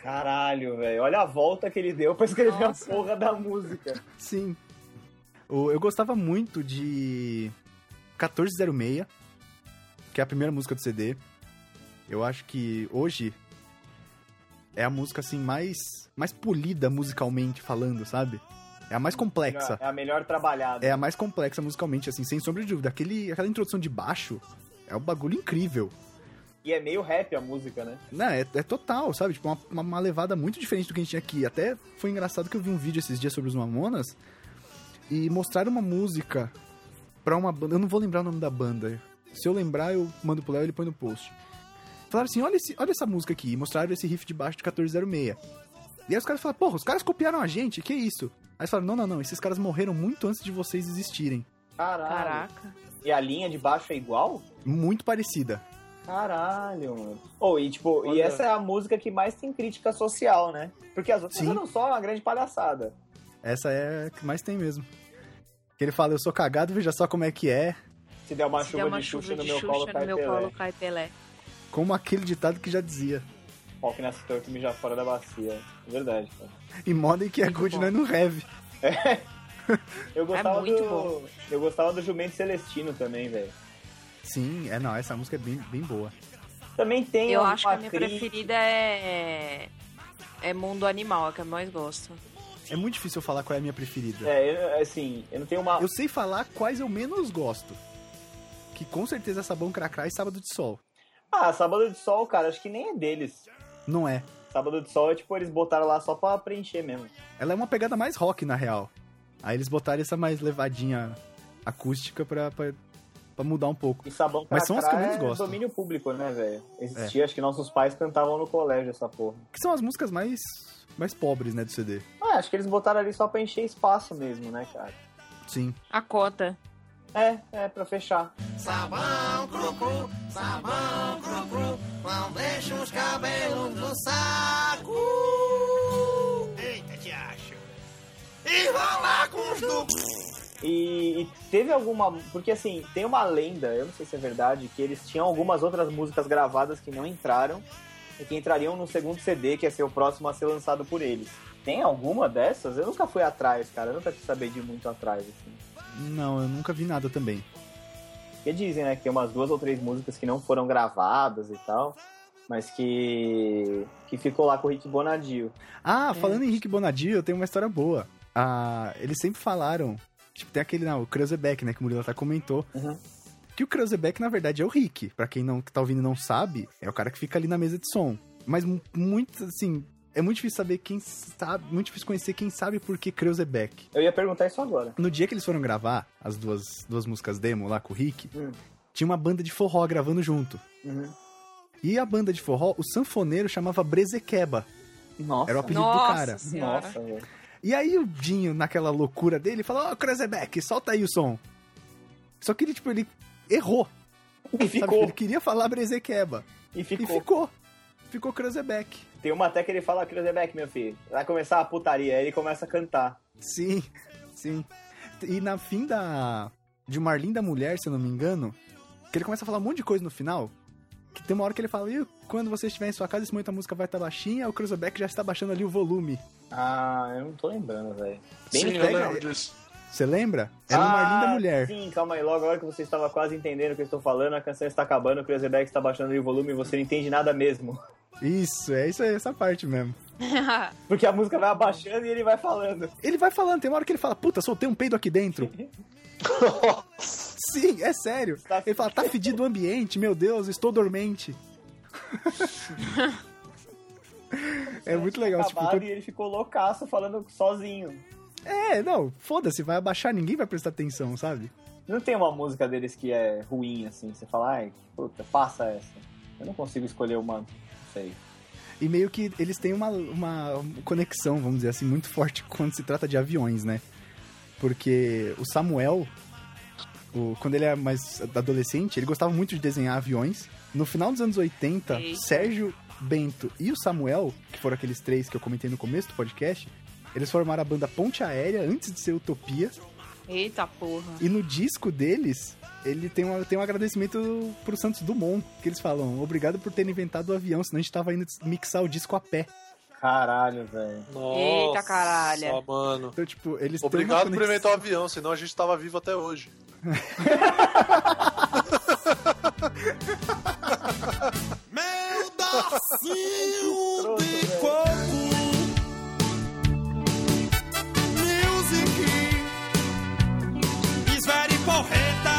Caralho, velho. Olha a volta que ele deu pra escrever
Nossa.
a porra da
[laughs]
música.
Sim. O- Eu gostava muito de 1406, que é a primeira música do CD. Eu acho que hoje é a música assim mais mais polida musicalmente falando, sabe? É a mais complexa.
É a melhor trabalhada.
É a mais complexa musicalmente, assim, sem sombra de dúvida. Aquele, aquela introdução de baixo é um bagulho incrível.
E é meio rap a música, né?
Não, é, é total, sabe? Tipo, uma, uma- uma levada muito diferente do que a gente tinha aqui. Até foi engraçado que eu vi um vídeo esses dias sobre os Mamonas e mostraram uma música pra uma banda. Eu não vou lembrar o nome da banda. Se eu lembrar, eu mando pro Léo e ele põe no post. Falaram assim: olha, esse- olha essa música aqui. E mostraram esse riff de baixo de 1406. E aí os caras falaram: porra, os caras copiaram a gente, que isso? Aí eles falaram: não, não, não, esses caras morreram muito antes de vocês existirem.
Caralho.
Caraca.
E a linha de baixo é igual?
Muito parecida.
Caralho, mano. Oh, e tipo, e
Olha.
essa é a música que mais tem crítica social, né? Porque as outras
Sim.
eram só uma grande palhaçada.
Essa é a que mais tem mesmo. Que ele fala: eu sou cagado, veja só como é que é.
Se der uma
Se
chuva
der uma
de
chuva
Xuxa no
de
meu colo,
Xuxa
cai
no meu
Pelé.
colo, cai Pelé.
Como aquele ditado que já dizia.
Pau que nasce torto, mija fora da bacia. Verdade, cara.
E modem que é good,
bom.
nós não have.
Eu gostava
É muito
do...
bom.
Eu gostava do Jumento Celestino também, velho.
Sim, é não, essa música é bem, bem boa.
Também tem
Eu
uma
acho que a minha
crítica-
preferida é. É Mundo Animal, é a que eu mais gosto.
É muito difícil eu falar qual é a minha preferida.
É, eu- assim, eu não tenho uma...
Eu sei falar quais eu menos gosto. Que com certeza é Sabão Cracrá e Sábado de Sol.
Ah, Sábado de Sol, cara, acho que nem é deles.
Não é.
Sábado de Sol é tipo, eles botaram lá só pra preencher mesmo.
Ela é uma pegada mais rock, na real. Aí eles botaram essa mais levadinha acústica pra, pra, pra mudar um pouco.
E Sabão
Mas são as que eu
Cracrá
menos
é
gosto. É.
domínio público, né, velho? Existia, acho que nossos pais cantavam no colégio essa porra.
Que são as músicas mais, mais pobres, né, do CD.
Ah, acho que eles botaram ali só pra encher espaço mesmo, né, cara?
Sim.
A cota.
É, é, pra fechar.
Sabão cru cru, sabão cru cru, não deixa os cabelos no saco. Eita, te acho. E vão lá com os do...
E, e teve alguma. Porque assim, tem uma lenda, eu não sei se é verdade, que eles tinham algumas outras músicas gravadas que não entraram e que entrariam no segundo CD, que ia ser o próximo a ser lançado por eles. Tem alguma dessas? Eu nunca fui atrás, cara. Eu nunca quis saber de muito atrás, assim.
Não, eu nunca vi nada também.
Porque dizem, né, que tem umas duas ou três músicas que não foram gravadas e tal, mas que. que ficou lá com o Rick Bonadio.
Ah,
É.
falando em Henrique Bonadio, eu tenho uma história boa. Ah, eles sempre falaram, tipo, tem aquele, não, o Kreuzebeck, né, que o Murilo até comentou,
Uhum.
que o Kreuzebeck, na verdade, é o Rick. Pra quem não, que tá ouvindo e não sabe, é o cara que fica ali na mesa de som. Mas mu- muito, assim, É muito difícil saber quem sabe, muito difícil conhecer quem sabe por que Creuzebeck.
Eu ia perguntar isso agora.
No dia que eles foram gravar as duas, duas músicas demo lá com o Rick,
Hum.
tinha uma banda de forró gravando junto.
Uhum.
E a banda de forró, o sanfoneiro chamava Brezequeba.
Nossa.
Era o apelido do
Nossa
cara.
senhora.
Nossa, velho.
E aí o Dinho, naquela loucura dele, falou, ó, Kreuzebeck, solta aí o som. Só que ele, tipo, ele errou.
E
sabe?
ficou.
Ele queria falar Brezequeba.
E
E
ficou.
ficou. Ficou Kreuzebeck.
Tem uma até que ele fala, Cruzebeck, meu filho, vai começar a putaria. Aí ele começa a cantar.
Sim, sim. E na fim da... De uma linda mulher, se eu não me engano, que ele começa a falar um monte de coisa no final, que tem uma hora que ele fala, e quando você estiver em sua casa, esse momento a música vai estar baixinha, o Kreuzebeck já está baixando ali o volume.
Ah, eu não tô lembrando, velho.
Sim, eu
pega-
lembro disso.
Você lembra? Era uma
Ah,
linda mulher.
Sim, calma aí, logo agora que você estava quase entendendo o que eu estou falando, a canção está acabando, o Cruzebeck está baixando ali o volume e você não entende nada mesmo. [laughs]
Isso, é isso aí, essa parte mesmo.
Porque a música vai abaixando e ele vai falando.
Ele vai falando, tem uma hora que ele fala, puta, soltei um peido aqui
[laughs]
dentro. Sim, é sério.
Tá-
Ele fala, tá fedido o ambiente, meu Deus, estou dormente. [laughs] é muito legal. Tipo,
Acabado e ele ficou loucaço falando sozinho.
tu- É, não, foda-se, vai abaixar, ninguém vai prestar atenção, sabe?
Não tem uma música deles que é ruim, assim, você fala, ai, puta, passa essa. Eu não consigo escolher uma, não sei.
E meio que eles têm uma, uma conexão, vamos dizer assim, muito forte quando se trata de aviões, né? Porque o Samuel, o- quando ele era mais adolescente, ele gostava muito de desenhar aviões. No final dos anos 80,
Eita.
Sérgio, Bento e o Samuel, que foram aqueles três que eu comentei no começo do podcast, eles formaram a banda Ponte Aérea antes de ser Utopia.
[laughs] Eita porra.
E no disco deles, ele tem um, tem um agradecimento pro Santos Dumont, que eles falam, obrigado por ter inventado o avião, senão a gente tava indo mixar o disco a pé.
Caralho, velho.
Nossa,
Eita, caralho.
mano.
Então, tipo, eles têm
Obrigado por
uma conex-
inventar o avião, senão a gente tava vivo até hoje.
Meu docinho
Trouxe,
de
velho.
coco Music Esfere porreta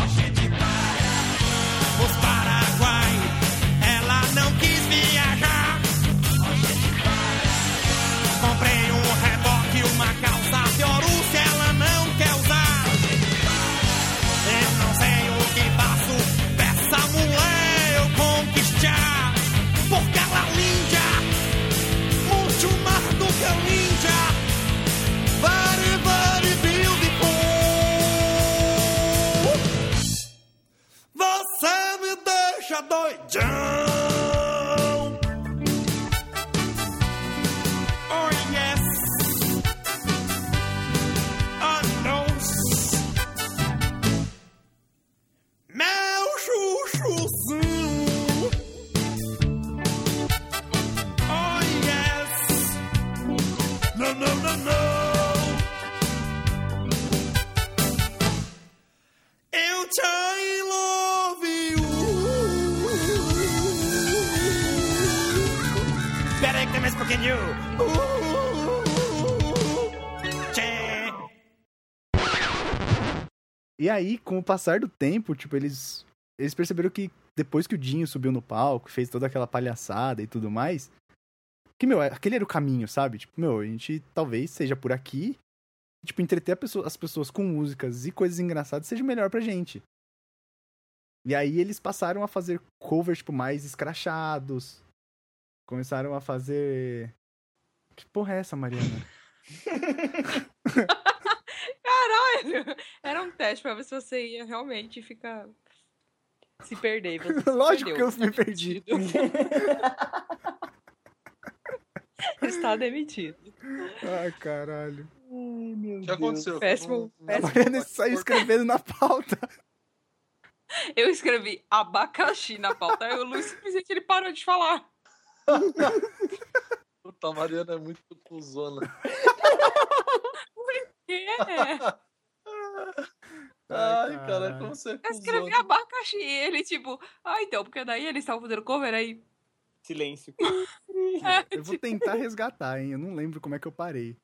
Roche de Para Os Paraguai Ela não quis viajar Roche de Para Comprei um reboque, uma calça Fioru que ela não quer usar eu não sei o que faço dessa mulher eu conquistar. Porque ela é linda, muito mais do que linda. Very, very beautiful. Você me deixa doidão. Oh yes, oh no. Meu chuchuzinho Oh yes Não, não, não, não Eu te I love you
Espera aí que tem mais um pouquinho. Tchê.
E aí, com o passar do tempo, tipo, eles eles perceberam que depois que o Dinho subiu no palco, fez toda aquela palhaçada e tudo mais, que, meu, aquele era o caminho, sabe? Tipo, meu, a gente talvez seja por aqui. Tipo, entreter a pessoa- as pessoas com músicas e coisas engraçadas seja o melhor pra gente. E aí eles passaram a fazer covers, tipo, mais escrachados. Começaram a fazer. Que porra é essa, Mariana?
Caralho! Era um teste pra ver se você ia realmente ficar. Se perder. Você
[laughs]
se
Lógico
perdeu.
que eu me perdi.
Está demitido.
Ai, caralho.
O que aconteceu? um-
Péssimo.
A
péssimo.
Mariana [laughs] saiu escrevendo na pauta.
Eu escrevi abacaxi na pauta. Aí o Luiz simplesmente ele parou de falar.
Puta, a Mariana é muito cuzona.
É,
Ai, cara,
caralho.
como você é
eu escrevi
cuzona.
abacaxi. E ele, tipo, ah, então, porque daí eles estavam fazendo cover aí.
Silêncio. [laughs]
Eu vou tentar resgatar, hein? Eu não lembro como é que eu parei.